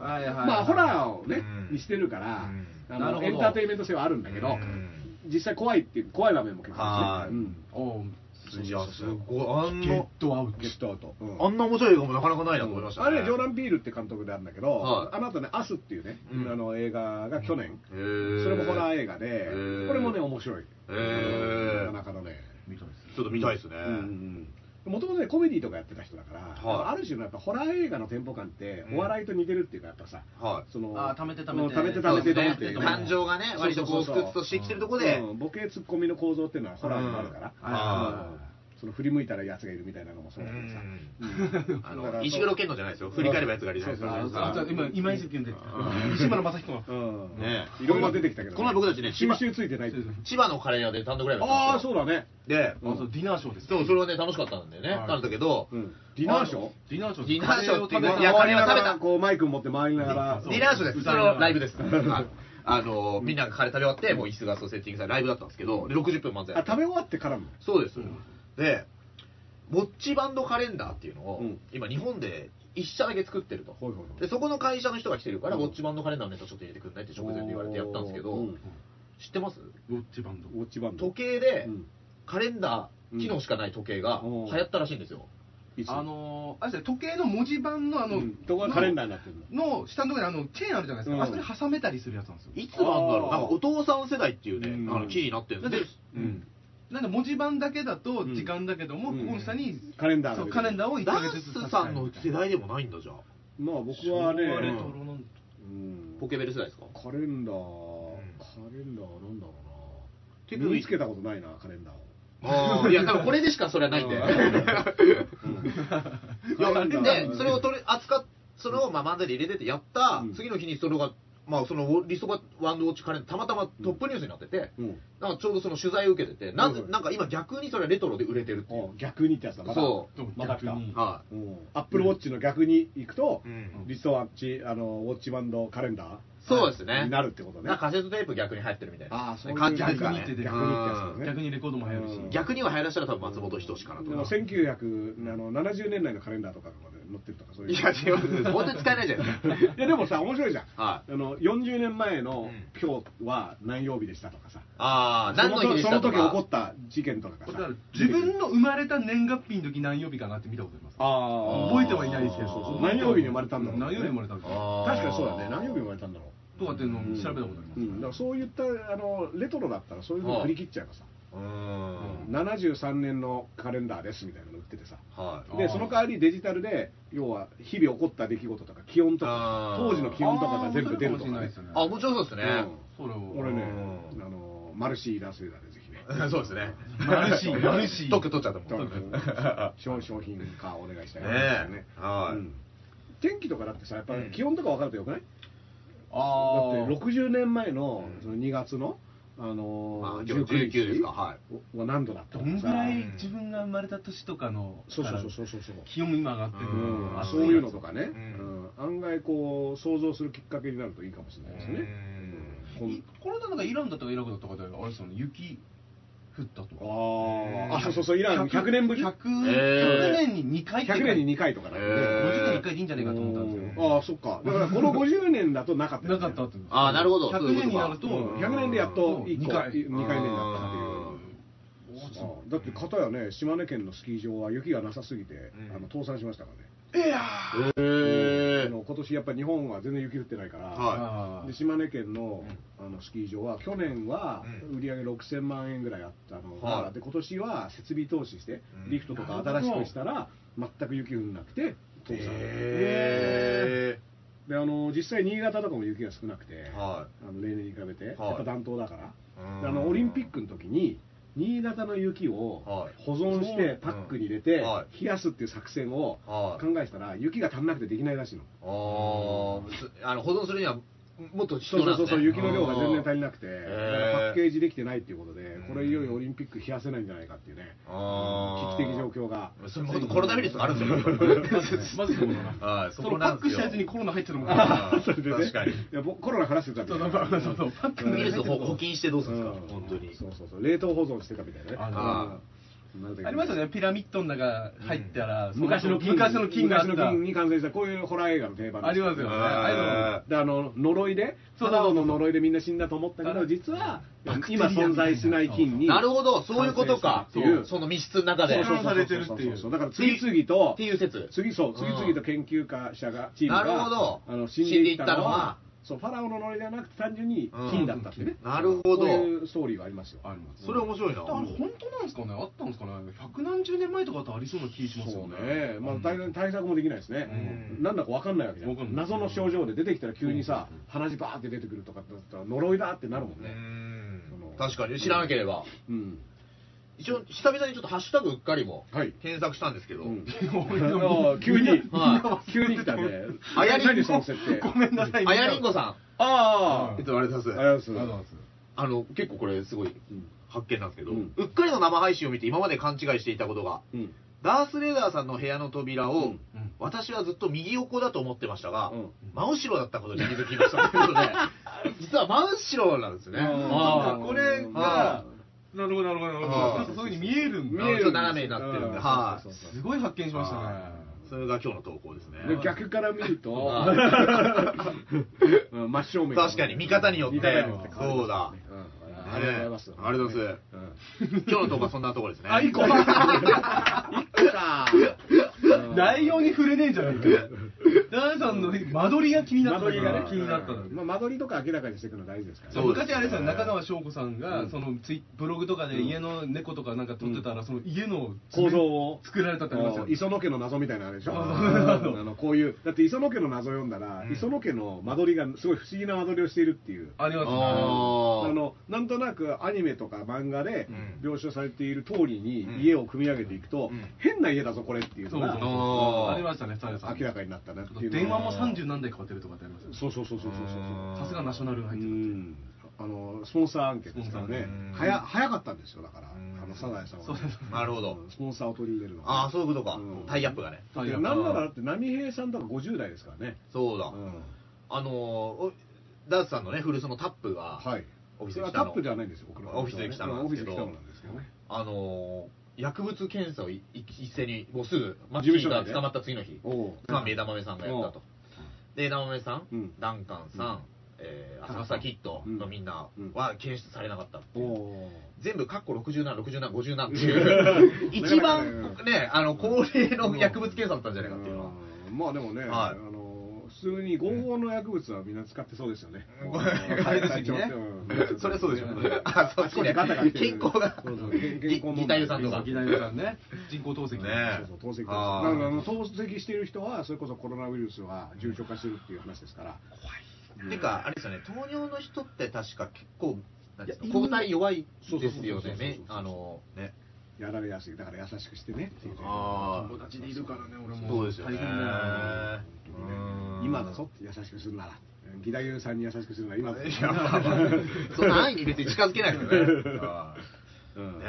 はいはいはいまあホラーをねうんにしてるからうんあなるのほどエンターテインメント性はあるんだけどうん実際怖いっていう怖い場面も結構あはいるしねうんおういや、すごい。あんゲッな、トアウゲットアウトうんあんな面白い映画もなかなかないなと思いましたね。あれねジョーラン・ビールって監督であるんだけどはあの後ね「アス」っていうねうんあの映画が去年そそれもホラー映映画でへーこれもね面白いへーなかなかのねみたいですちょっと見たいですね。もともとねコメディとかやってた人だから、はいある種のやっぱホラー映画のテンポ感ってうんお笑いと似てるっていうかやっぱさ、はい。そのあー溜めて溜めてうん溜めてそ溜うめですて溜めねてどう感情がね、割とこう、ふそうそうそつふつうとしてきてるとこで、うんボケツッコミの構造っていうのはホラーにもあるから、うんはうんその振り向いたらやつがいるみたいなのもそうだけどさ、うんあだからの、石黒健のじゃないですよ。振り返ればやつがいるじゃないですそうそうそうかあ。じゃあ今、今井関君で、西村正彦が。うんねいろいろ出てきたけど、この前僕たちね千収葉集ついてないっていう千葉のカレー屋で単独ライブああうそうだね、で、あそうディナーショーです。そう、それはね、楽しかったんだよね。はいなんだけど、うん、ディナーショーディナーショーディナーショーっていうカレいーやをカ食べたレーは食べたこうマイク持って回りながらそうディナーショーです。そ歌いれながらのライブです。ああの、みんながカレー食べ終わって、もう椅子がそうセッティングされ、ライブだったんですけど、で60分漫才やあって。食べ終わってからもそうですうん。で、ぼっちバンドカレンダーっていうのをうん、今日本で一社だけ作ってると。ほいほいほいで、そこの会社の人が来てるから、うんぼっちバンドカレンダーのネタちょっと入れてくんないって直前で言われてやったんですけうど、知ってますロッチバンド。ウォッチバンド時計でうんカレンダー機能しかない時計がう流ん行ったらしいんですよ。いつあのー、あれですね時計の文字盤のあの、うんどこがカレンダーになってるのの下のところにあのチェーンあるじゃないですうんか、あそこに挟めたりするやつなんですよ。いつなんだろうあーなんかお父さん世代っていうね、うんあの記事になってるんですよだってうんなんで文字盤だけだとうん時間だけども、うんここの下にカレンダーそうカレンーダーを1ダヶン月ずつスさんの世代でもないんだじゃあ。まあ僕はねレうんトロなんだうんポケベル世代ですかカレンダーんカレンダーなんだろう手な首身につけたことないなカレンダーをああ、いや、多分これでしかそれはないんで。カレンダーで、それを取り扱っ、それをまあ漫才で入れててやったうん、次の日にそれが、まあそのリソバワンドウォッチカレンダー、たまたまトップニュースになってて、うんなんかちょうどその取材を受けてて、なぜうんなんか今逆にそれはレトロで売れてるっていう。あ逆にってやつだまだそでもまた来た逆にはう、ん、アップルウォッチの逆に行くとい。、うんリストワッチあのウォッチバンドカレンダそうですーねに。なるってことねなんかカセットテープ逆に入ってるみたいな。あーそういう感じですかね。逆にって逆にってやつだねうん逆にレコードも流行るし、うん逆には流行らしたら多分松本人志かなとでもか。 1970年代のカレンダーとかまで載ってるとかそういういや、違う。 本当に使えないじゃないですか。 いやでもさ面白いじゃんはあの40年前のうん今日は何曜日でしたとかさああ、何の日でしそたのと時か。その時起こった事件とかがださから自分の生まれた年月日の時何曜日かなって見たことありますあー覚えてはいないですけどそうそうあー何曜日に生まれたんだろう何曜日に生まれたんだろあー確かにそうだね何曜日に生まれたんだろうとかっていうのを調べたことあう、うりん、だからそういったあのレトロだったらそういうの振り切っちゃえばさうーん。 73年のカレンダーですみたいなの売っててさはであーその代わりデジタルで要は日々起こった出来事とか気温とかあー当時のます気温とかが全部出るとあー面白いかもかねしれないですよねい。あ、もちろんそうですね。それを俺ねう、んあのマルシー・ラスベダーでぜひ ね、そうですね。マルシーマルシー特許取っちゃったども。うんね商商品化お願いしたいなえ。うはいん。天気とかだってさ、やっぱり気温とか分かるとよくない、あだって60年前のうんその2月の、あのーまあ今日19ですか。はい。おは何度だったどとかんぐさらい自分が生まれた年とかのそうそうそうそうそうそう。気温も今上がってる、うん暑そういうのとかね、ううんん案外こう想像するきっかけになるといいかもしれないですね。こんいこの間なんかイランだったかイラクだったかであれですよね雪降ったとかあーあ、そうそうそう、イラン100年ぶり100えー100年に2回って書い100てある年に2回とかだよへーね。 50年に1回でいいんじゃないかと思ったんですけどねああ、そっか。だからこの50年だとなかったよなね。かったってことああ、なるほど。そう100いう年こにとなかるとうん100年でやっと1二個、2回回目になったっていう。そうだって片やね島根県のスキー場は雪がなさすぎて、あの倒産しましたからね、へあの今年やっぱり日本は全然雪降ってないから、はで島根県の,、あのスキー場は去年はうん売り上げ6000万円ぐらいあったのが、はいで今年は設備投資して、うんリフトとか新しくしたら全く雪降んなくてい。倒産、へであの実際新潟とかも雪が少なくて、はあの例年に比べて、はいやっぱ暖冬だから、うんあのオリンピックの時に新潟の雪をはい保存してパックに入れて、うんは冷やすっていう作戦をい。は考い。えてたら雪が足んなくてできないらしいのあーすあの、保存するには、もっと必そう要なそうんそでうすね。そう雪の量が全然足りなくて、ーだからパッケージできてないっていうことでんこれいよいよオリンピック冷やせないんじゃないかっていうねあ危ー機的状況がそれもっとコロナウイルスがあるんですよ。まずそうだ なはい、そそのこパなッんクでしすたよやつにコロナ入ってるのもあーでね確かに。 いや僕コロナ話してた みたいなそうそうそうパックウイルス入保ってる保菌してどうするんですうんか、本当に。そうそうそう冷凍保存してたみたいなねあうんなんだっけありましたねピラミッドの中入ったら、昔の金昔の金があった昔の金に感染したこういうホラー映画の定番ですありますよねああいうのあであの呪いでそうただの呪いでみんな死んだと思ったけど実は今存在しない菌になるほど、そういうことか。感染したっていうその密室の中で。そうそうそうそう保管されてるっていうそうそうそうだから次々とっていう説。次そう次々と研究家者がチームがなるほどあの死ん死でいったんでいったののははそうファラオの呪いではなくて単純に菌だったっていうね、うんなるほどそういうストーリーはありますよありますそれ面白いな。あれ本当なんですかねあったんですかね百何十年前とかだとありそうな気しますそようねね、まあ、対対策もできないですね、なんだか分かんないわけじゃわかんん、ない謎の症状で出てきたら急にさ、鼻血バーって出てくるとかってなったら、呪いだってなるもんうね、んその確かに、知らなければ。うん、一応、久々にちょっとハッシュタグうっかりもはい検索したんですけど、うんもあー 急には、急に来たね、あやりんこ何その設定、ごめんなさいあやりんごさあん、ーと、あれさすありがとうありございうがとございまますあの、結構これ、すごいす、うん発見なんですけど、うんうっかりの生配信を見て、今まで勘違いしていたことが、うんダース・レーダーさんの部屋の扉を、うんうん私はずっと右横だと思ってましたが、うん真後ろだったことに気づきましたということで、実は真後ろなんですね。ああーーこれあがなるほどなるほどなるほどあーなんかそういうふうに見えるんだ見えるちょっと斜めになってるんでうはいそうそうそうすごい発見しましたあねそれが今日の投稿ですね。で逆から見ると、うん真正面確かに見方によって見方によって変わそうだりますねうんねありがとうございます。ありがとうございます今日の投稿はそんなところですね。あ一個うんうん内容に触れねえじゃないか ダンさんの間取りが気になった間取りがね、気になったのまあ、間取りとか明らかにしていくのは大事ですからねそう昔あれですよね中川翔子さんうがんそのツイブログとかで家の猫とかなんか撮ってたらその家の構造を作られたってありますよね磯野家の謎みたいなのあるでしょ、そうそうそうあのこういう、だって磯野家の謎読んだら、うん磯野家の間取りがすごい不思議な間取りをしているっていう、ありますねあーあのなんとなくアニメとか漫画でうん描写されている通りうんに家を組み上げていくと、うん変な家だぞ、これっていうそうのそがうそうあーありましたね、サネさん。明らかになったなっていうのが電話も三十何台変わってるとかってありますよねそうそうそうそうそうそう。さすがナショナルがう入ってる。んあのスポンサー案件ですからねうん、早早かったんですよ、だから、うんあのサザエさんはそうそうなるほど。スポンサーを取り入れるのはああ、そういうことかうん。タイアップがね。いやなんならだって波平さんとか50代ですからね、そうだ。うんあのーおダースさんのね、古巣のタップが、はいオフィそスれには来タたッのプではないんですよ僕らはオフィスで来たうんオでフすィスけどで来たのなんですけどねあのー薬物検査をいい一斉に、もうすぐ、マッキ事務ー所が内で捕まった次の日、おうまあ、枝豆さんがやったと。で、枝豆さん、うんダンカンさん、うんえー、浅草キッドのみんなうんは検出されなかったっておいう。お全部、カッコ60何、60何、50何っていう、一番ね、あの、高齢の薬物検査だったんじゃないかっていうのは。うんまあでもね、はいあの普通に合法の薬物はみんな使ってそうですよねうんもう買い出しにね最長うんそれそうでしょ。あ、そうあでちすこちねガタガタ。して健る康がそうそう。ぎ健康問題ギタユさんとさかっ。き大さんね、人工透析。ねそうそう透析ですだあーからあの透析している人はそれこそコロナウイルスは重症化してるっていう話ですからてか、あれですよね、糖尿の人って確か結構、なんですかいや抗体弱いそうそうそでうそうすよねねそうそうそうそうあのねやられやすいだから優しくしてねっていうねあ友達でいるからね、俺も。そうですよね大変だよ本当にね今だぞって優しくするなら義太夫さんに優しくするなら今だぞいやまあまあそんな安易に別に近づけないですよねあうーんね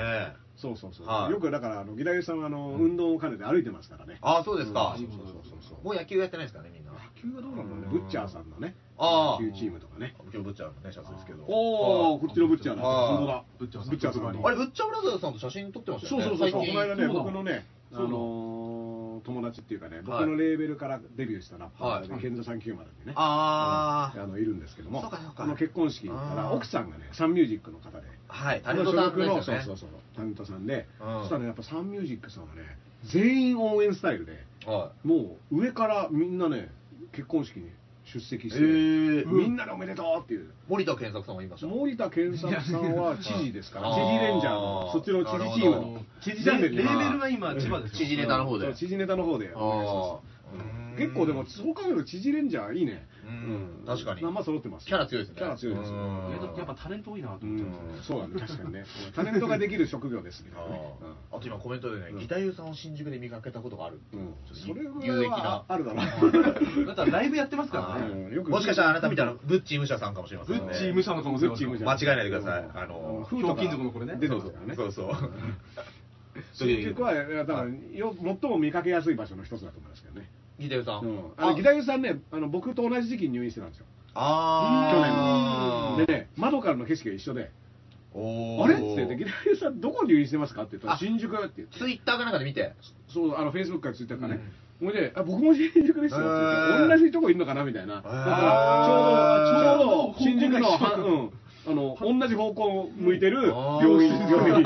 そうそうそう、はいよくだからあの義太夫さんはあの、運動を兼ねて歩いてますからねああそうですか、うんそうそうそうそうもう野球やってないですからねみんな野球はどうなんだろうね、うんブッチャーさんのねああ野球チームとかね今日ぶっちゃんのねシャツですけどおおはいこっちのブッチャーだあー本当だブッチャーさんブッチャーさんあのあれぶっちゃんブラザーズさんと写真撮ってましたそようねそうそ最うそうこ近の間ねそうだ僕のねあそうだのー友ちっていうかね、い僕のレーベルからデビューしたラッパーはで、いケンザ390ってね、あーうんあのいるんですけども、そうかそうかこの結婚式からあー奥さんがね、サンミュージックの方で、はい、タあレンのト所さん属での、すそようね。そうそう、タレントさんで、うんそしたらね、やっぱサンミュージックさんはね、全員応援スタイルで、はもう上からみんなね、結婚式に出席しへて、ーみんなでおめでとうっていう。い。森田健作さんも言いました。森田健作さんは知事ですから、あー知事レンジャーの、そっちの知事チームの、知事チャンネルレレーーベベルルは今千葉です知事ネタの方そでう。知事ネタの方でお願いしあます。ー結構でも、そう考えると知事レンジャーいいね。うん確かにまあまあ揃ってます。キャラ強いですねキャラ強いですうよ。ん意外とやっぱタレント多いなとう思ってんますねそうだね、確かにね。タレントができる職業ですみたいなね。うんああと今コメントでねう、んギタユーさんを新宿で見かけたことがあるってう、いうんそれ有益はなあるだろだからライブやってますからねうんよくもしかしたらあなたみたいなブッチー武者さんかもしれませんねブッチー武者の可能性はあブるッチー武者間違えないでくださいあうのんひょうきん族のこれね出てますからねそうそうそう新宿は、いやだから、よ最も見かけやすい場所の一つだと思いますけどね。ギタユーさん、うん、あの義太夫さんねあの僕と同じ時期に入院してたんですよあー去年でね窓からの景色が一緒で「おーあれ?」っつって「義太夫さんどこ入院してますか?」って言ったら「あ新宿よ」って言ってツイッターかなんかで見てそうあのフェイスブックからツイッターからね、ほいであ僕も新宿ですよって言っへてー同じとこいるのかなみたいなだかへらーちょうどちょうど新宿のは、うん、あの同じ方向を向いてる病院あー病院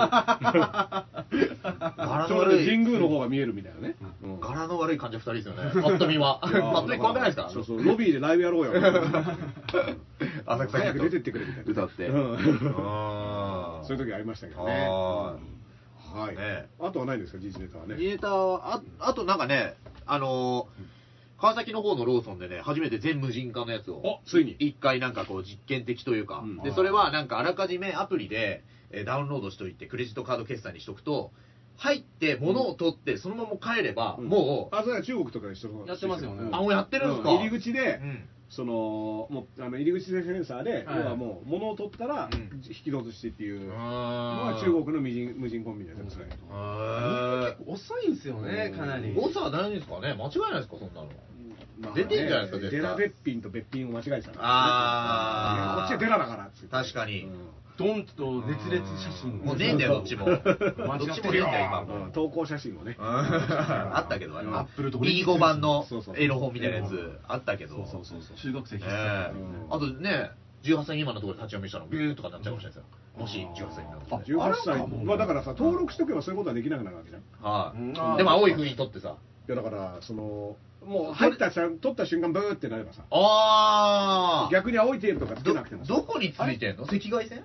ガラちのょうど悪神い宮の方が見えるみたいなね、うん柄の悪い患者2人ですよねパッと見は パッと見怖くないですかそうそうロビーでライブやろう よ浅草キッ早ドく出てってくれみたいな歌ってうんあーそういう時ありましたけどね。はうんはい。ねあとはないんですか、時事ネタはね。データはああとなんかねあのー川崎の方のローソンでね初めて全無人化のやつをおついに。一回なんかこう実験的というか、うんでそれはなんかあらかじめアプリでえーダウンロードしといてクレジットカード決済にしとくと入って物を取ってそのまま帰れば、もう、あ、それは中国とかで一緒のやってますよねうんあもうやってるんですか、うん入り口うで、んその、もう、あの、入り口でセンサーで、要はいはもう、物を取ったらう、ん引き戻してっていうのあはー中国の無人無人コンビニですね。へー遅いんですよねかなり誤差は大事ですかね間違いないですかそんなのまあ出てんじゃないですか絶対デラべっぴんとべっぴんを間違えてたからあーねこっちはデラだからっつって確かにうんドンと熱烈写真もうねえんだよどっち もどっちもねえんだよ今もううん投稿写真もね。あったけど、あれアップルとリーゴ版のそうそうエロ本みたいなやつ、あったけど。中学生ねえ必須あとね、18歳今のところで立ち読みしたら、ビューとかなっちゃうかもしれないですよ。もし18歳になるとね。 18あれ歳かもまあだからさ登録しとけばそういうことはできなくなるわけじゃんいはうんい。でも青い風に取ってさ、やだからそのもう入った瞬取った瞬間ブーってなればさあー逆に青いテープとかつけなくてもどどこについてんの赤外線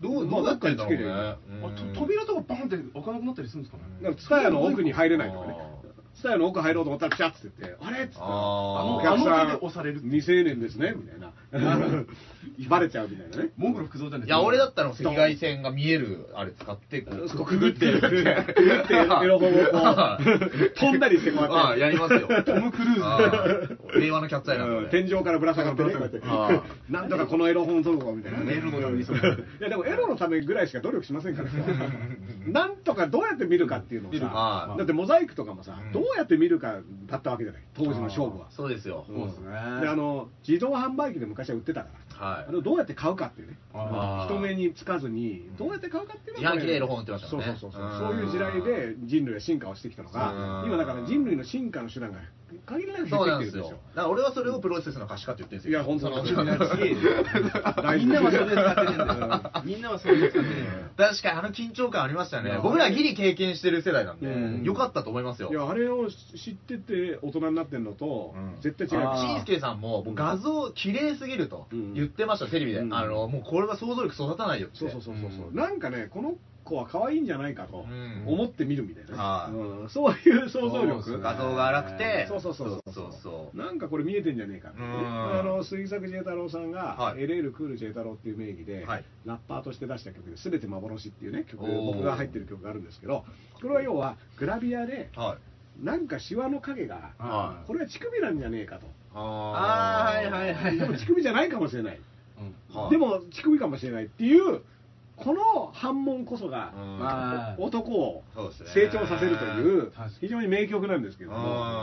どう、どまあうなってんだろうねどっ。あうんと扉とかバンって開かなくなったりするんですかねだからツタヤの奥に入れないとかねあツタヤの奥入ろうと思ったらピシャッつって言ってあれっつってあーおあ客のさ手んで押されるっていう未成年ですねみたいなバレちゃうみたいなねモンゴル福蔵じゃないいや、俺だったら赤外線が見える、あれ使って、こうそこくぐってくぐってエロ本を こう飛んだりしてこうあやっあ、てやりますよ。トム・クルあーズ ー令和のキャッツアイなんうんだ、ね。天井からぶら下がってねこうやってあなんとかこのエロ本を取るぞみたいなね。エロのようにいやでもエロのためぐらいしか努力しませんからさ。なんとかどうやって見るかっていうのを見るはさ、いだってモザイクとかもさう、んどうやって見るかだったわけじゃない。当時の勝負はー。そうですよ。そうですねんであの自動販売機で昔は売ってたから。はいあ。のどうやって買うかっていうね。あー人目につかずにどうやって買うかっていうのが自販機でエロ本売ってましたもんねそうそうそううそんう。そういう時代で人類は進化をしてきたのがう、ん今だから人類の進化の手段が限りなく減そうなっんてできてするんですよよ。。だから俺はそれをプロセスの可視化って言ってるんですいよ。や本当そのだ。確 みんなはそれで使ってるんだよみんなはそれで使ってるんだよかにあの緊張感ありましたいねや。僕らギリ経験してる世代なんうんで、よかったと思いますよ。いやあれを知ってて大人になってんのと、うん絶対違うあーしんすけさんももう画像綺麗すぎると言ってました、テレビで、うんあのもうこれは想像力育たないよってそうそうそうそうそう、んなんかねこの子は可愛いんじゃないかとうん思って見るみたいなはね、いうんそういう想像そうです力ね画像が荒くてそうそうそうそうそうそうなんかこれ見えてんじゃねえかってねうんあの杉作 J 太郎さんが、はい LL クール J 太郎っていう名義で、はいラッパーとして出した曲で「すべて幻」っていうね曲おー僕が入ってる曲があるんですけどこれは要はグラビアではいなんかシワの影がはこれは乳首なんじゃねえかとあーはいはいでも乳首じゃないかもしれないはいでも乳首かもしれないっていうこの反問こそが、うんまあ男をそうですね成長させるという確かに非常に名曲なんですけど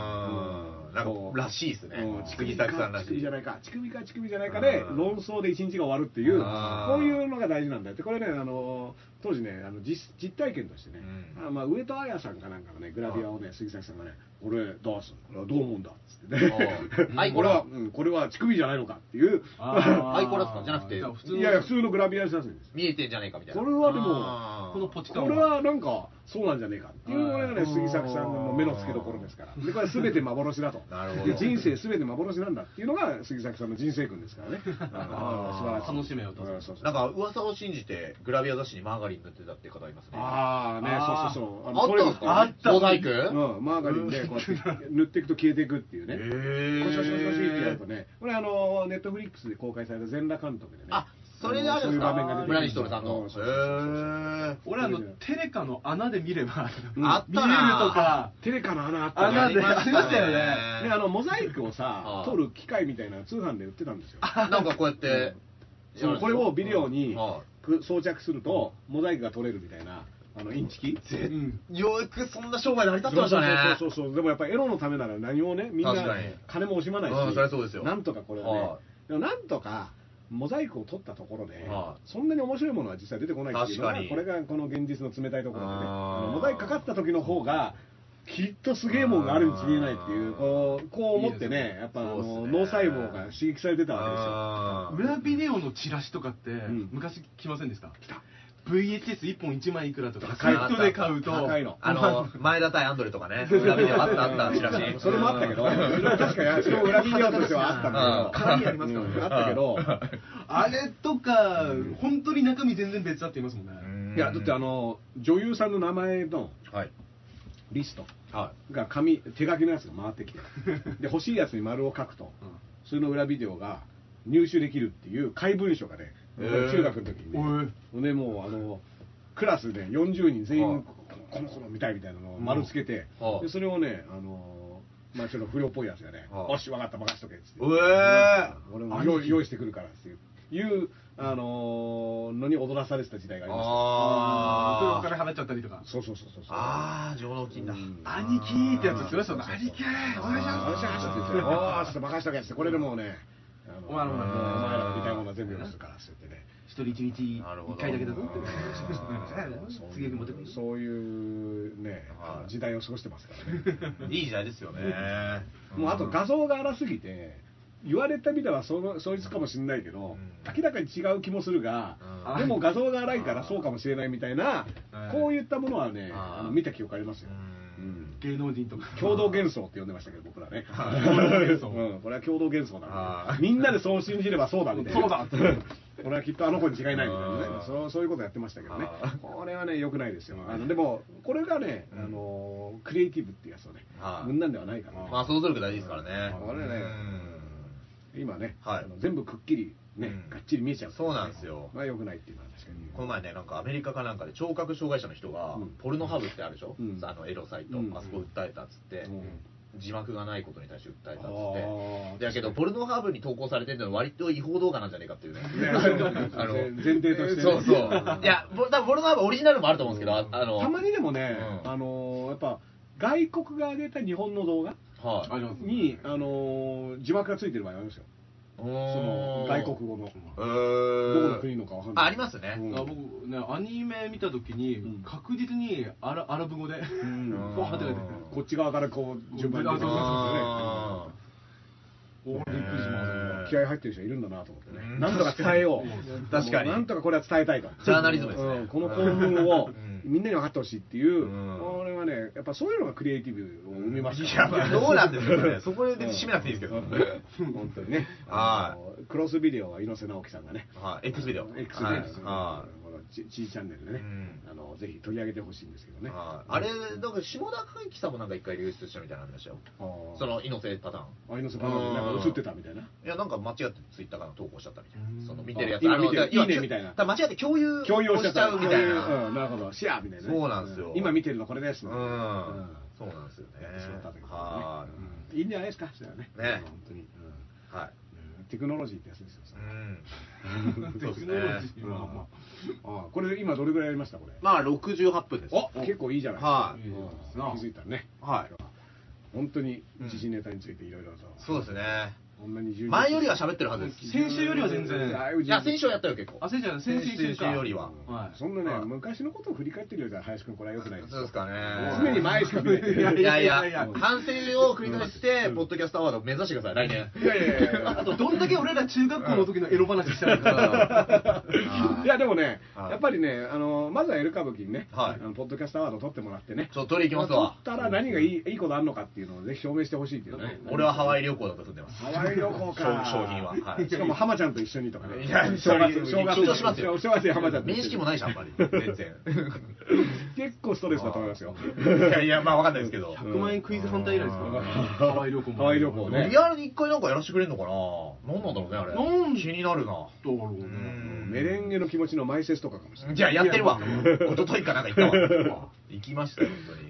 もあーなんからしいですねうん乳首杉か作さんら乳し首いじゃないか乳首か乳首じゃないかでうん論争で一日が終わるっていうあーこういうのが大事なんだよってこれねあのー当時ねあの実実体験としてね、うんあまあ、上戸彩さんかなんかがねグラビアをね杉崎さんがね「これどうすんのどう思うんだ」っつってね あーはいこれは、うん、これは乳首じゃないのかっていうあーアイコラスかじゃなくてじゃあ普通のいやいや普通のグラビア写真です見えてんじゃねえかみたいなこれはでもあーこのポチカンこれはなんかそうなんじゃねえかっていうのがあねー杉作さんの目の付けどころですからでこれは全て幻だとなるほどで人生全て幻なんだっていうのが杉作さんの人生訓ですからねあーあー素晴らしい楽しめよとうんそうそうなんか噂を信じてグラビア雑誌にマーガリン塗ってたって方いますねああねあーそうそうそうあったトレーニングとかあったモザイクねうんマーガリンでこうやって塗っていくと消えていくっていうねへーこうシャシャシャシャってやるとねこれあのネットフリックスで公開された全裸監督でねあそれであるんですかそういう場面が出てく村西徹さんのうんそうそうそうそうへー俺あのテレカの穴で見ればうんあった見れるとかなテレカの穴あったね穴でありましたよねであのモザイクをさあー撮る機械みたいなの通販で売ってたんですよ なんかこうやってそのこれをビデオにはく装着するとモザイクが撮れるみたいなあのインチキぜうんいようやくそんな商売成り立ってましたねそうそうそうそうでもやっぱりエロのためなら何もねみんな確かに金も惜しまないし、うんそりゃそうですよなんとかこれはね、はでもなんとかモザイクを取ったところで、はそんなに面白いものは実際出てこないっていうのが確かにこれがこの現実の冷たいところでねああーのモザイクかかった時の方がきっとすげえもんがあるに違いないっていうこうこう思ってねいいですやっぱあそうの、っすね脳細胞が刺激されてたわあー裏ビデオのチラシとかってん昔来ませんでした VHS1 本1万いくらとか高サいイトで買うと高いのあの前田対アンドレとか ね裏ビデオあったあっけたチですよラシそれもあったけど、それは確かにあそこ裏ビデオとしてはあったんだけど、かなりありますからねうんあったけど、あれとか本当に中身全然別だって言いますもんねいやだってあの女優さんの名前のはいリストはが紙手書きのやつが回ってき てで欲しいやつに丸を書くと、それの裏ビデオが入手できるっていう怪文書がね、へー中学の時におねいねもうあのクラスで40人全は員いこの子の見たいみたいなのを丸つけて、うんはいでそれをねあのまあちょっと不良っぽいやつがね「はいおし分かった任しとけ」っつってうえうん俺も用意用意してくるから」っていういう、あののに踊らされてた時代がありましたおあ金払っちゃったりとかそうそうそうそうそうああ上納金だうん兄貴ってやつですよねその兄貴お願いしあまのす人走って言ってねおーっつって任しとけっつってこれでもうねあのお前らもおな前らが見たいものは全部用意するからっつってね一人一日一なるほど回だけだぞうんって 次持ってくるそういうねはい時代を過ごしてますからねいい時代ですよねもうあと画像が荒すぎて言われたみたはそのそいつかもしれないけうどん明らかに違う気もするがうんでも画像が荒いからそうかもしれないみたいなはいこういったものはねあーあの見た記憶ありますようんうん芸能人とか共同幻想って呼んでましたけど 僕らね幻想うん、これは共同幻想だなあーみんなでそう信じればそうだみたいなそうだって これはきっとあの子に違いないみたいなねあーそうそういうことやってましたけどねあーこれはね良くないですよあのでもこれがね、うんあのークリエイティブっていうやつをねはい無んなんではないから、まあ想像力大事ですからねこれね今ね、はいあの全部くっきりね、うんがっちり見えちゃう、そうなんですよまあ良くないっていうのは確かにこの前ねなんかアメリカかなんかで聴覚障害者の人がうんポルノハブってあるでしょうんあのエロサイトうんあそこ訴えたっつって字幕がないことに対して訴えたっつあっーてだけどポルノハブに投稿されてるのは割と違法動画なんじゃねえかっていうね ねあの前提としてねそうそういやぼ多分ポルノハブオリジナルもあると思うんですけどああのたまにでもね、うんあのーやっぱ外国が上げた日本の動画はいありますに、あのー字幕がついてる場合ありますよそその外国語のえどー、この国のかわかんないあありますねうんあ僕ねアニメ見た時に、うん確実にアラアラブ語で、んわーって書いてうんこっち側からこう順番にあそうそうあおーびっくりします気合い入ってる人いるんだなと思ってねうんなんとか伝えよう 確かにもうなんとかこれは伝えたいとジャーナリズムですねうんこの興奮をうんみんなに分かってほしいっていううんこれはねやっぱそういうのがクリエイティブを生みますいや、からまあ、どうなんですかね、そこで締めなくていいですけど、うん本当にねはいあのクロスビデオは猪瀬直樹さんがねはい、X ビデオ、 X ビデオはいですねはこのち G チャンネルでねうんあのぜひ取り上げてほしいんですけどいねはいあれ、なんか下田海輝さんもなんか一回流出したみたいなのありましたよ、あーその猪瀬パターン。あ猪瀬パパになんか映ってたみたいないや、なんか間違ってツイッターから投稿しちゃったみたいな、その見てるやつ、今あの見てるだからいいねみたいなだから間違って共有共有しちゃったをしみたい共有な、うん、なるほどシェアみたいなねそうなんですよ今見てるのこれですうもんんねうん、そうなんですよねやってしまったという、ことはでねうんいいんじゃないですかそれはねね本当に、うい、はい、ん、テクノロジーってやつですよ、 それうん、そうですテクノロジね。ーまあまあああこれ今どれぐらいやりましたこれまあ、68分です。お結構いいじゃないはいうんいいですな気づいたねはい。本当に時事ネタについていろいろと、そうですね。こんなに充実前よりは喋ってるはずです。先週よりは全然だぶ充実いや、先週はやったよ、結構。あ先週じゃない先々週先か々よりは。はいそんなね、はい昔のことを振り返ってるよりは林くんこれは良くないですそうですかね。常に前しか見ない いやいやいいやいやや、反省を繰り返して、ポッドキャストアワードを目指して ください、来年。いやいやい やいあやとどんだけ俺ら中学校の時のエロ話したのかいやでもね、はいやっぱりね、あのまずはエル歌舞伎にね、はいあのポッドキャストアワード取ってもらってね、ちょっと取り行きます取わっ。たら何がいいいいことあるのかっていうのをぜひ証明してほしいっていうね、俺は ハワイ旅行だと踏んでます。ハワイ旅行か、商商品ははいしかも浜ちゃんと一緒にとかね、いや正月、正月緊張しますよお正月に浜ちゃんと一緒に面識もないし、あんまり。全然。結構ストレスだと思いますよ。いやいや、まあわかんないですけど。 100万円クイズ反対以来ですからねハワイ旅行もハワイ旅行ねリアルに一回なんかやらせてくれんのかな何なんだろうね、あれ。気になるな。どうだろうねうんメレンゲの気持ちの前説とかかもしれない。じゃあやってるわ。一昨日かなんか行ったわ。行きましたよ、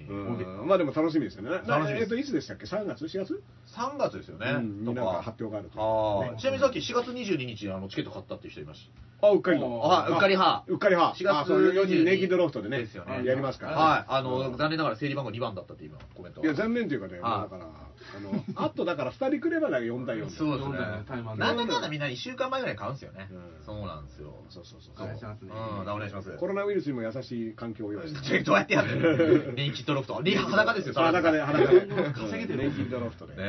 本当に。うんまあでも楽しみですよね。楽しみですえっといつでしたっけ？3月？4月？ 3月ですよね、うんとなんかか発表があるとあねあちなみにさっき4月22日にあのチケット買ったっていう人いましあ、うっかりの。あうっかり派うっかり派。 4月あそう4 22人ネギドロフトでね。ですよねやりますたから。はいあの、残念ながら整理番号2番だったって今コメントいや残念というかね、はだいからあのあとだから2人くればだけ4対4。そうですそうねだよねタイマンでなんだかんだみんな1週間前ぐらい買うんですよね、うんそうなんですよそうそうそうお願いしますうんねお願いしますコロナウイルスにも優しい環境を用 意して。どうやってやる のネイキッドロフト。ね裸ですよ、それ裸で 裸で稼げてるネギドロフトで。ね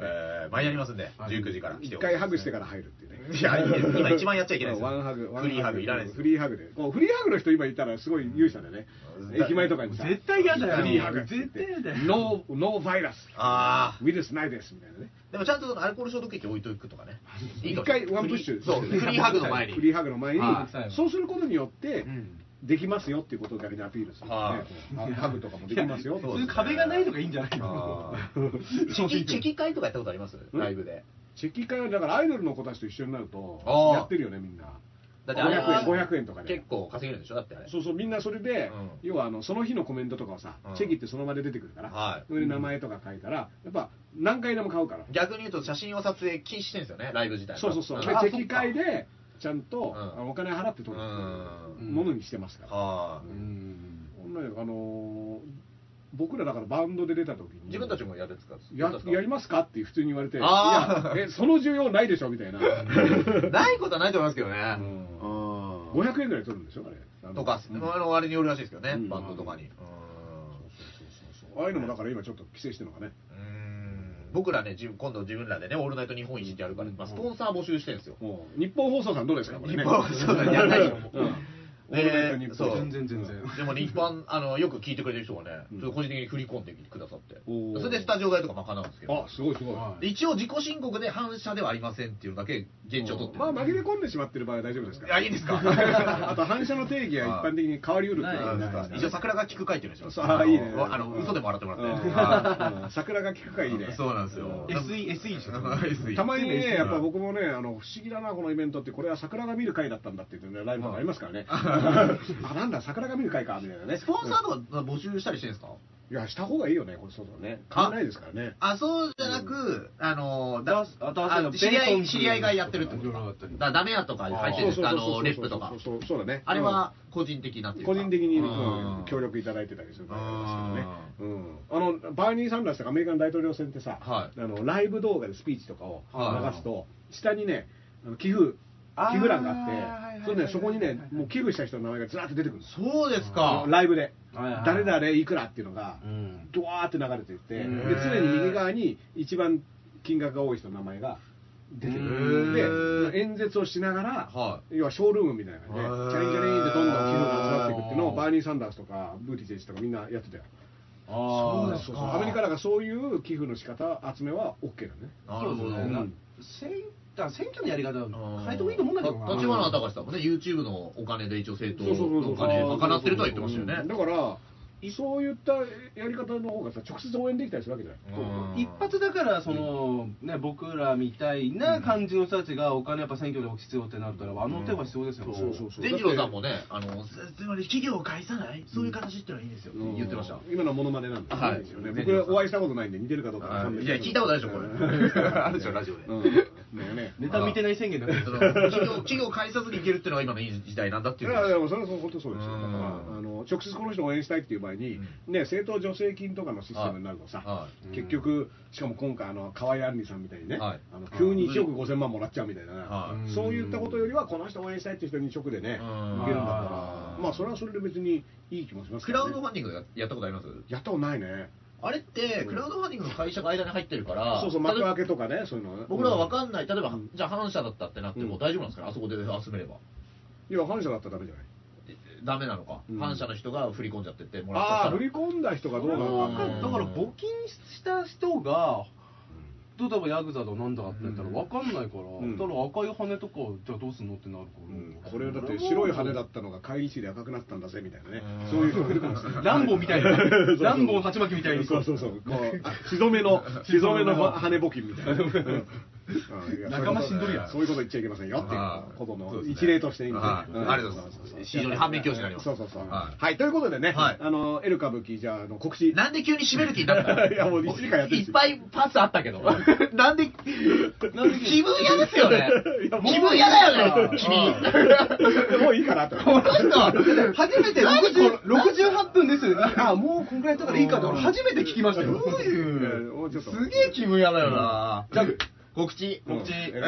ええー、前やりますんで、はい19時から来て一ほしい回ハグしてから入るっていうね。いや、いいです今一番やっちゃいけないですよ。ワンハグ、ワンフリーハグいらないですフ。リーハグで。こうフリーハグの人今いたらすごい勇者でねう。ん駅前とかにさ。絶対嫌だよフリーハグ。絶対嫌だよノー、ノーバイラス。ああ。ウイルスないですみたいなね。でもちゃんとそのアルコール消毒液置いとくとかね。いいかもしれな一い回ワンプッシュ。そう、フリーハグの前に。フリーハグの前には、いそうすることによってう、んできますよっていうことだけでアピールする、ねはいこうハグとかもできますよそとういう壁がないのがいいんじゃないあのーチェキ、チェキ会とかやったことありますんライブで。チェキ会はだからアイドルの子たちと一緒になるとあーやってるよねみんなだってあれは500円500円とかで結構稼げるんでしょだってあれ。そうそうみんなそれで、うん要はあのその日のコメントとかをさ、うんチェキってその場で出てくるから、はいそれで名前とか書いたらやっぱ何回でも買うから、逆に言うと写真を撮影禁止してるんですよね、ライブ自体はそうそうそうでんあチェキ会でちゃんと、うんあのお金払ってそ撮っるかううんん。んものにしてますから、はうい。んこんなのあのー僕らだからバンドで出た時に自分たちもやるんですかやどうですかやりますかって普通に言われて、いあやー、えその需要ないでしょみたいな、ないことはないと思いますけどね。うん500円ぐらい取るんでしょ、あれあの。とか、あの、あれによるらしいですけどねう、んバンドとかに。うんああいうのもだから今ちょっと規制してるのがね。うーん僕らね、自分今度自分らでね、オールナイト日本一ってやるから、まあ、スポンサー募集してるんですよ。もう日本放送さんどうですか、これね。日本放送さんやんないようんオールナイト日本そう全然全然でもね、一般、あの、よく聞いてくれてる人がねうん、ちょっと個人的に振り込んでくださって。おーそれでスタジオ代とか賄うんですけどあ、。すごいすごい。はで一応自己申告で反射ではありませんっていうのだけ現状取ってまあ、る。紛れ込んでしまってる 場合は大丈夫ですかいらや、いいですかあと、反射の定義は一般的に変わりうるっていうのがあるん一で応すか桜が聞く会っていうのをしますあーいいねあの、嘘でも笑ってもらって。らうんうん桜が効くかいいね。そうなんですよ。 SE SE でし ょ SE たまにね、やっぱうん僕もね、あの不思議だな、このイベントって、これは桜が見る会だったんだって言ってね、ライブがありますからね、 あ、なんだ、桜が見る会かみたいなね、スポンサーとか募集したりしてるんですかいや、した方がいいよね、これ、そうだね、買えないですからね、あ、そうじゃなく、あの、だだあとああと知り合ベーコンい、ズ知り合いがやってるってこといろいろあかったり。だダメやとか入ってるんですか、あそうそうそうその、うレップとかそう。そうそうだね、あれは個人的なってういんうか。個人的に、ううんん協力いただいてたりする場合がありますけどね、うん、あのバーニー・サンダースとかアメリカの大統領選ってさ、はいあのライブ動画でスピーチとかをはい流すと、下にね、あの寄付、あー寄付欄がはいあはいはいって、はいそれね、そこにね、もう寄付した人の名前がずらっと出てくるんですよそうですか。ライブではいはい、誰々いくらっていうのがう、んドワーって流れていって、でうん常に右側に一番金額が多い人の名前が出てへるーで、演説をしながら、は要はショールームみたいな感じで、へチーャリンチャリンってどんどん金額が集まっていくっていうのを、バーニー・サンダースとか、ブーティジェイジとか、みんなやってたよ。そそああううですそうかアメリカだからそういう寄付の仕方、集めは OK だね。なるほど。そうですねうん選だから選挙のやり方を変えてもいいと思うんだけどな立花隆さんもね、YouTube のお金で一応政党そうそうそうそのうお金賄ってるとは言ってましたよね。うんだから、そういったやり方の方がさ、直接応援できたりするわけじゃない。うん一発だからその、ね、僕らみたいな感じの人たちがお金やっぱ選挙で置き必要ってなったらあの手は必要ですよね、善次郎さんもね、あの、つつまり企業を介さない、そういう形ってのはいいんですよ、うん言ってました。今のはモノマネなんですはいですよね僕はお会いしたことないんで似てるかどうかわかんないいや聞いたことあるでしょこれあるでしょラジオでうんだよねネタ見てない宣言だその企業企業を介さずにいけるっていうのが今のいい時代なんだっいていう。やいやもうそれはそう本当そうですようだんからあの直接この人を応援したいっていう場合前に、ね、政党助成金とかのシステムになるとさ、は結局、しかも今回、あの河合杏里さんみたいにね、はいあの急に1億5000万もらっちゃうみたいな、はいそういったことよりは、この人応援したいっていう人に直でね、うん向けるんだったあら、ーまあ、それはそれで別にいい気もしますクけラどウねドファンディングややったことありますやったことないね、あれって、クラウドファンディングの会社が間に入ってるから、そうそう、例え幕ば開けとかね、そういうのね僕らは分うんかんない、例えば、うんじゃあ、反社だったってなってもうん大丈夫なんですかね、あそこで集めれば。いや、反社だったらダメじゃない。えダメなのか、うん反社の人が振り込んじゃってってもらっちゃああっー、た振りら込んだ人がどうだなかのらかわなかんだから募金した人が例えばヤクザだなんだって言ったらうん分かんないから、んだから赤い羽とかじゃあどうすんのってなるかうんら、これだって白い羽だったのが会議室で赤くなったんだぜみたいなねうん、そういう人がいるかもしれない。ランボーみたいな ランボー鉢巻きみたいにそうそうそう、こう、あ血染めの、血染めの羽募金みたいな。うんうんいや仲間しんどるやんそういうこと言っちゃいけませんよっていはいうことそうのですね一例として今はねいんありがとうございますそそそ非常に反面教師になりますそうそうそう。はいはい、ということでね、はいあの、エル歌舞伎、じゃあ、あの、告知。なんで急に締める気になったのいやもう一時間やってるしいっぱいパスあったけど。なんで、気分嫌ですよね。気分嫌だよね、君。もういいかなと。この人、初めて60 68分ですよねあもうこんぐらいとかでいいかとうん初めて聞きましたよどういうもうちょっとすげえ気分嫌だよな。じゃあ告知、うん告知、選んでえ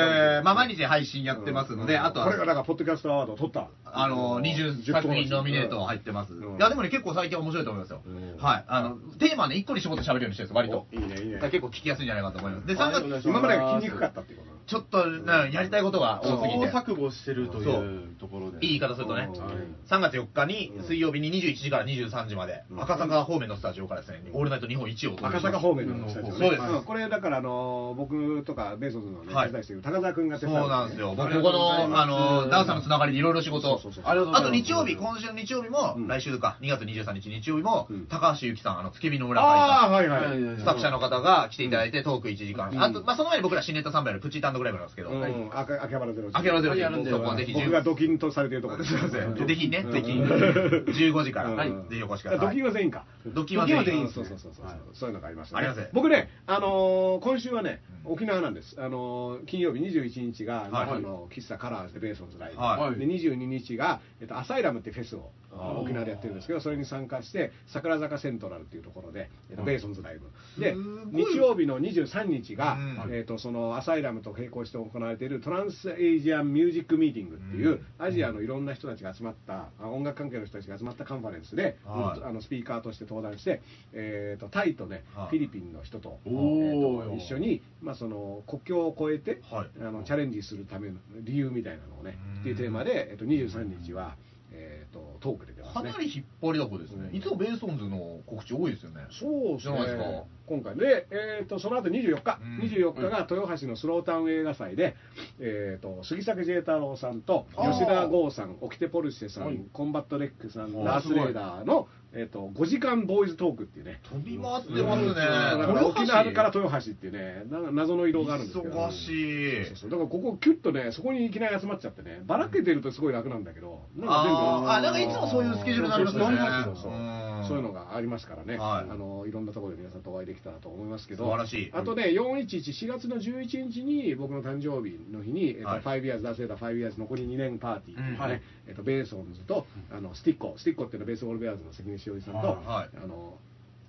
ー、まあ、毎日配信やってますので、あとこれがは、なんか、ポッドキャストアワードを取った。あの、20作品ノミネートうん入ってます。いうんや、でもね、結構最近は面白いと思いますようん。はい。あの、テーマね、1個に絞って喋るようにしてるんですよ、割とお。いいね、いいねだから。結構聞きやすいんじゃないかと思います。で、はい3お願月、いします今までが筋肉かったっていうこちょっと、なやりたいことが多すぎて。試行錯誤してるといそうところでいい言い方するとねうん、 3月4日に水曜日に21時から23時まで、うん赤坂方面のスタジオからですね、オールナイト日本一をおとなの届け赤します坂方面のスタジオねそうですんこれだからあのー僕とかベイソーズのねはい手伝いしてる高澤君が手そう伝ってねなんですよ。僕、ありここがとうございの、まあの、ダウさんのつながりでいろいろ仕事をそうそうそうありがとうごあざといます日曜日、今週の日曜日もう、ん来週か、2月23日日曜日もうん、高橋由紀さん、あの、月見の村ああ会はいはいうんスタッフ社の方が来ていただいて、トーク1時間。あと、まあ、その前に僕ら新ネタ3杯のプチ単独ライブなんですけど、うんあか秋葉原ゼロ秋葉原ゼロやるん時だそよこはぜひね僕がドキンとされてるところすいませんうんぜひね、うんぜひ、15時かうら、んはいぜひお越しくだドさキいン。は全員かドキンは全員そうそうそうそうはいそういうのがありましたあります僕ねあのー今週はねうん沖縄なんですあのー金曜日21日がはいあの喫茶カラーズでベーソンズライブはいで22日が、えっと、アサイラムってフェスをあー沖縄でやってるんですけどそれに参加して桜坂セントラルっていうところで、えっと、ベーソンズライブで日曜日の23日が、うんえっと、そのアサイラムと並行して行われているトランスエイジアンミュージックミーティングっていう、アジアのいろんな人たちが集まったあ音楽関係の人たちが集まったカンファレンスで、はいあのスピーカーとして登壇して、えっとタイとね、はいフィリピンの人と,、えおーっと一緒に、まあ、その国境を越えて、はいあのチャレンジするための理由みたいなのをねうんっていうテーマで、えっと、23日は、えっとトークで出ますかねなり引っ張りだこですね。うんいつもベーソンズの告知多いですよね。そうですじゃないですかね今回で、えー、とその後24日、うん24日が豊橋のスロータウン映画祭で、えー、と杉崎慈太郎さんと吉田剛さん、オキテポルシェさん、はいコンバットレックさん、おーダースレーダーの、えー、と5時間ボーイズトークっていうね、飛び回ってますね。だから沖縄から豊橋っていうね、な謎の移動があるんですけど、忙しいそう。そうだからここ、キュッとね、そこにいきなり集まっちゃってね、ばらけてるとすごい楽なんだけど、なんか全部あーあ、なんかいつもそういうスケジュールになりますよねそうそうそうそう。んそういうのがありますからね、はいあのいろんなところで皆さんとお会いできたらと思いますけど、素晴らしいあとね、411、4月の11日に僕の誕生日の日に、えっとはい5 years 出せた5 years 残り2年パーティーっていうね、うんはいえっと、ベーソンズとあのスティッコ、スティッコっていうのはベースボールベアーズの関根しおりさんと、はいあの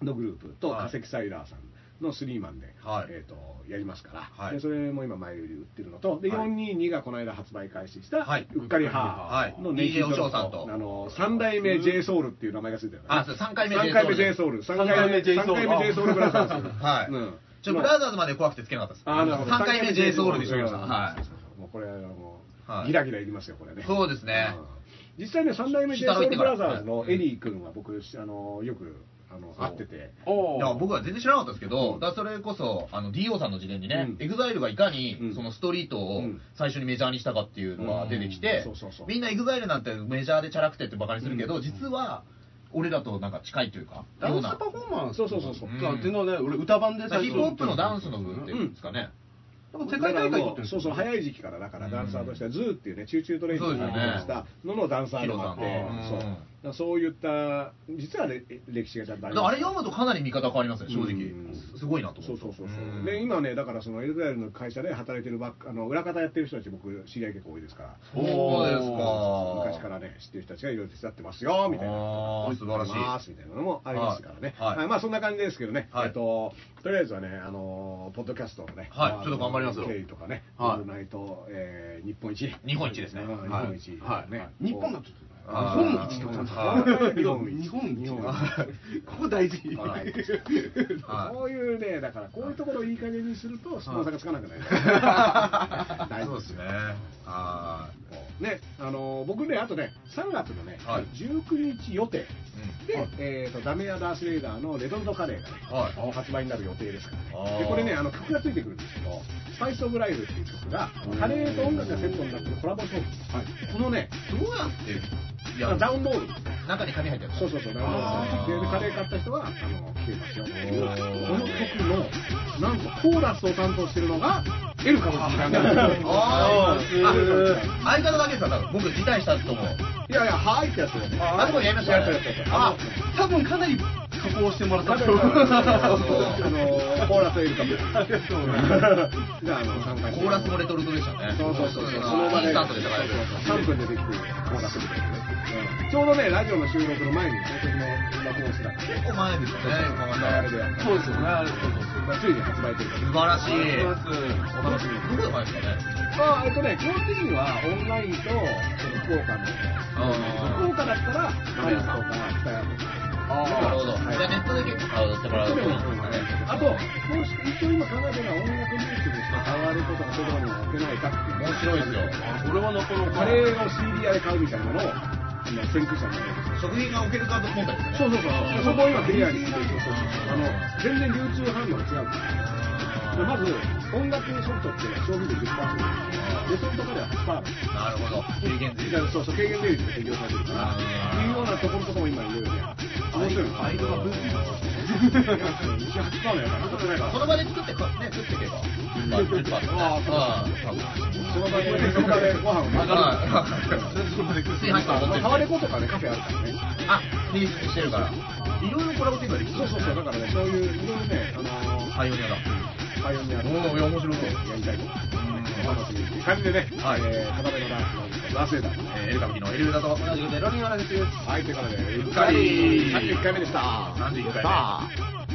のグループと、はい化石サイダーさんのスリーマンで、はいえっとやりますから、はいでそれも今、前売り売ってるのと、ではい422がこの間発売開始した、はいうっかりはハーいのネイキッド DJ おロ嬢フトさんとあの3代目 j ソ o ルっていう名前がついてるあそう三回目 J 回目 J J ソソウウルル三三回回目目 J J ソウルソウルブラザーズはいうんちょ、ブラザーズまで怖くてつけなかったです。あーなるほど3回目 j ソウルでしょ、皆さん。はそういそう。そうもうこれあのもうはいギラギラいりますよこれねそうですねうん実際ね三代目 j 下ソのウ行ってルかブらラザーズのエリー君は僕あのよくあの会ってておいや僕は全然知らなかったですけど、うんだからそれこそ、あの、DO さんの事例にね、うんエグザイルがいかに、うんそのストリートをうん最初にメジャーにしたかっていうのが出てきてうんそうそうそう、みんなエグザイルなんてメジャーでチャラくてってバカにするけど、うん実は、俺らとなんか近いというか、ダよンうスなパフォーマンスそうそうそうそうだっていうのはね俺歌版でだからヒップホップのダンスの部分っ分てでいうんですかね。も世界大会ってそうそうい早い時期からだからダンサーとしてはズーっていうねチューチュートレインをしたののダンサーでもあってうんそうからそういった実はね歴史がちゃんとだあかりらまあれ読むすとかなり見方変わりますね、正直うん。すすごいなと思そっうたそうそううそんうで今ねだからそのエルザイルの会社で働いてるばっかあの裏方やってる人たち僕知り合い結構多いですからそうですか。昔からね知ってる人たちがいろいろ手伝ってますよみたいなあー素晴らしいやってますみたいなのもありますからね、はいはいまあそんな感じですけどね、はいえっととりあえずはねあのーポッドキャストをね、はいまあちょっと頑張りますよ経緯とかね、はいオールナイト、えー日本一日本一ですねうん日はい本一、はいね日本がこちょっとあ日本ー一とかは日本一日本一日本一ここ大事はいはういうねだからこういうところをいい加減にするとスポンサーがつかなくなる、 い そうですね。はね、あのー僕ね、あとね、3月のね、はい19日予定で、うんえーとダメア・ダース・レイダーのレトルトカレーがね、はい発売になる予定ですからあーね。で、これね、あの曲がついてくるんですけど、スパイス・オブ・ライフっていう曲が、カレーと音楽がセットになってるコラボソング。このね、い。どうやって、いや、ダウンロード。中に紙入ってるそうそうそう、ダウンロードで、でカレー買った人は、あの、聞けますよっていう、おこーの曲の、なんとコーラスを担当してるのが、エルカブスなんですよあーああ相方だけですよ、多分僕、辞退したと思う。いやいや、はーいってやつだよね。あそこやりましたやったやったやったあ多分かなり加工してもらったあの ー、コーラスいるかも。じゃあ、あの、参加コーラスもレトルトでしたね。そうそうそう、そのの場インスで。タントでしたからね。 3分でできるコーラスみたいなね。ちょうどね、ラジオの収録の前に、私も今コースだって。結構前ですよね、今まであれでやった。そうですよねあれそうそうついに発売ということで素晴らしい。そうお楽しみ。どこで買いましたね。あえっとね、基本的にはオンラインとその福岡の、福岡だったら、マリスとか北山とか。なるほど。じはいゃあネットで結構買ってもらうと思うんですね。あと、もう一応今考えてるのは音楽ニュースでしか変わることがそれまでも受けないかっていう。面白いですよ。これはなかなかカレーを CD 屋で買うみたいなのを、今、先駆者になるんですよ食品が置けるカード今回ですね。そうそうそう。そこを今クリアにしていくそうそうそうあの、全然流通反応が違うから。まず、音楽ソフトって消費税10%。レソフトカレーは8%。なるほど。軽減税。だからそうそう、軽減税率で提供されてるから、いうようなところとかも今いろいろね、面白いの。アイドがブームになってますね28%のやから、なんとかないからその場で作ってか、ね、作っていけば。まあ、10%とかね。あああ、多分。その場で、その場でご飯を上がる。炊飯器持ってタるワレコとかね、カフェあるからね。あ、リリースしてるから。いろいろコラボ展開できそうそうそう、だからね、そういう、いろいろね、あのパイオニアだ。ー、パイオニアのおお、いや、面白そう。やりたいと思います。お楽しみにという感じでね、はいえー、片目のダンスのダースエーダー。えーエルカブキのエルダと。同じくデロリン・アラジスですはい、ということで、うっかり31回目でした。 31回目さあ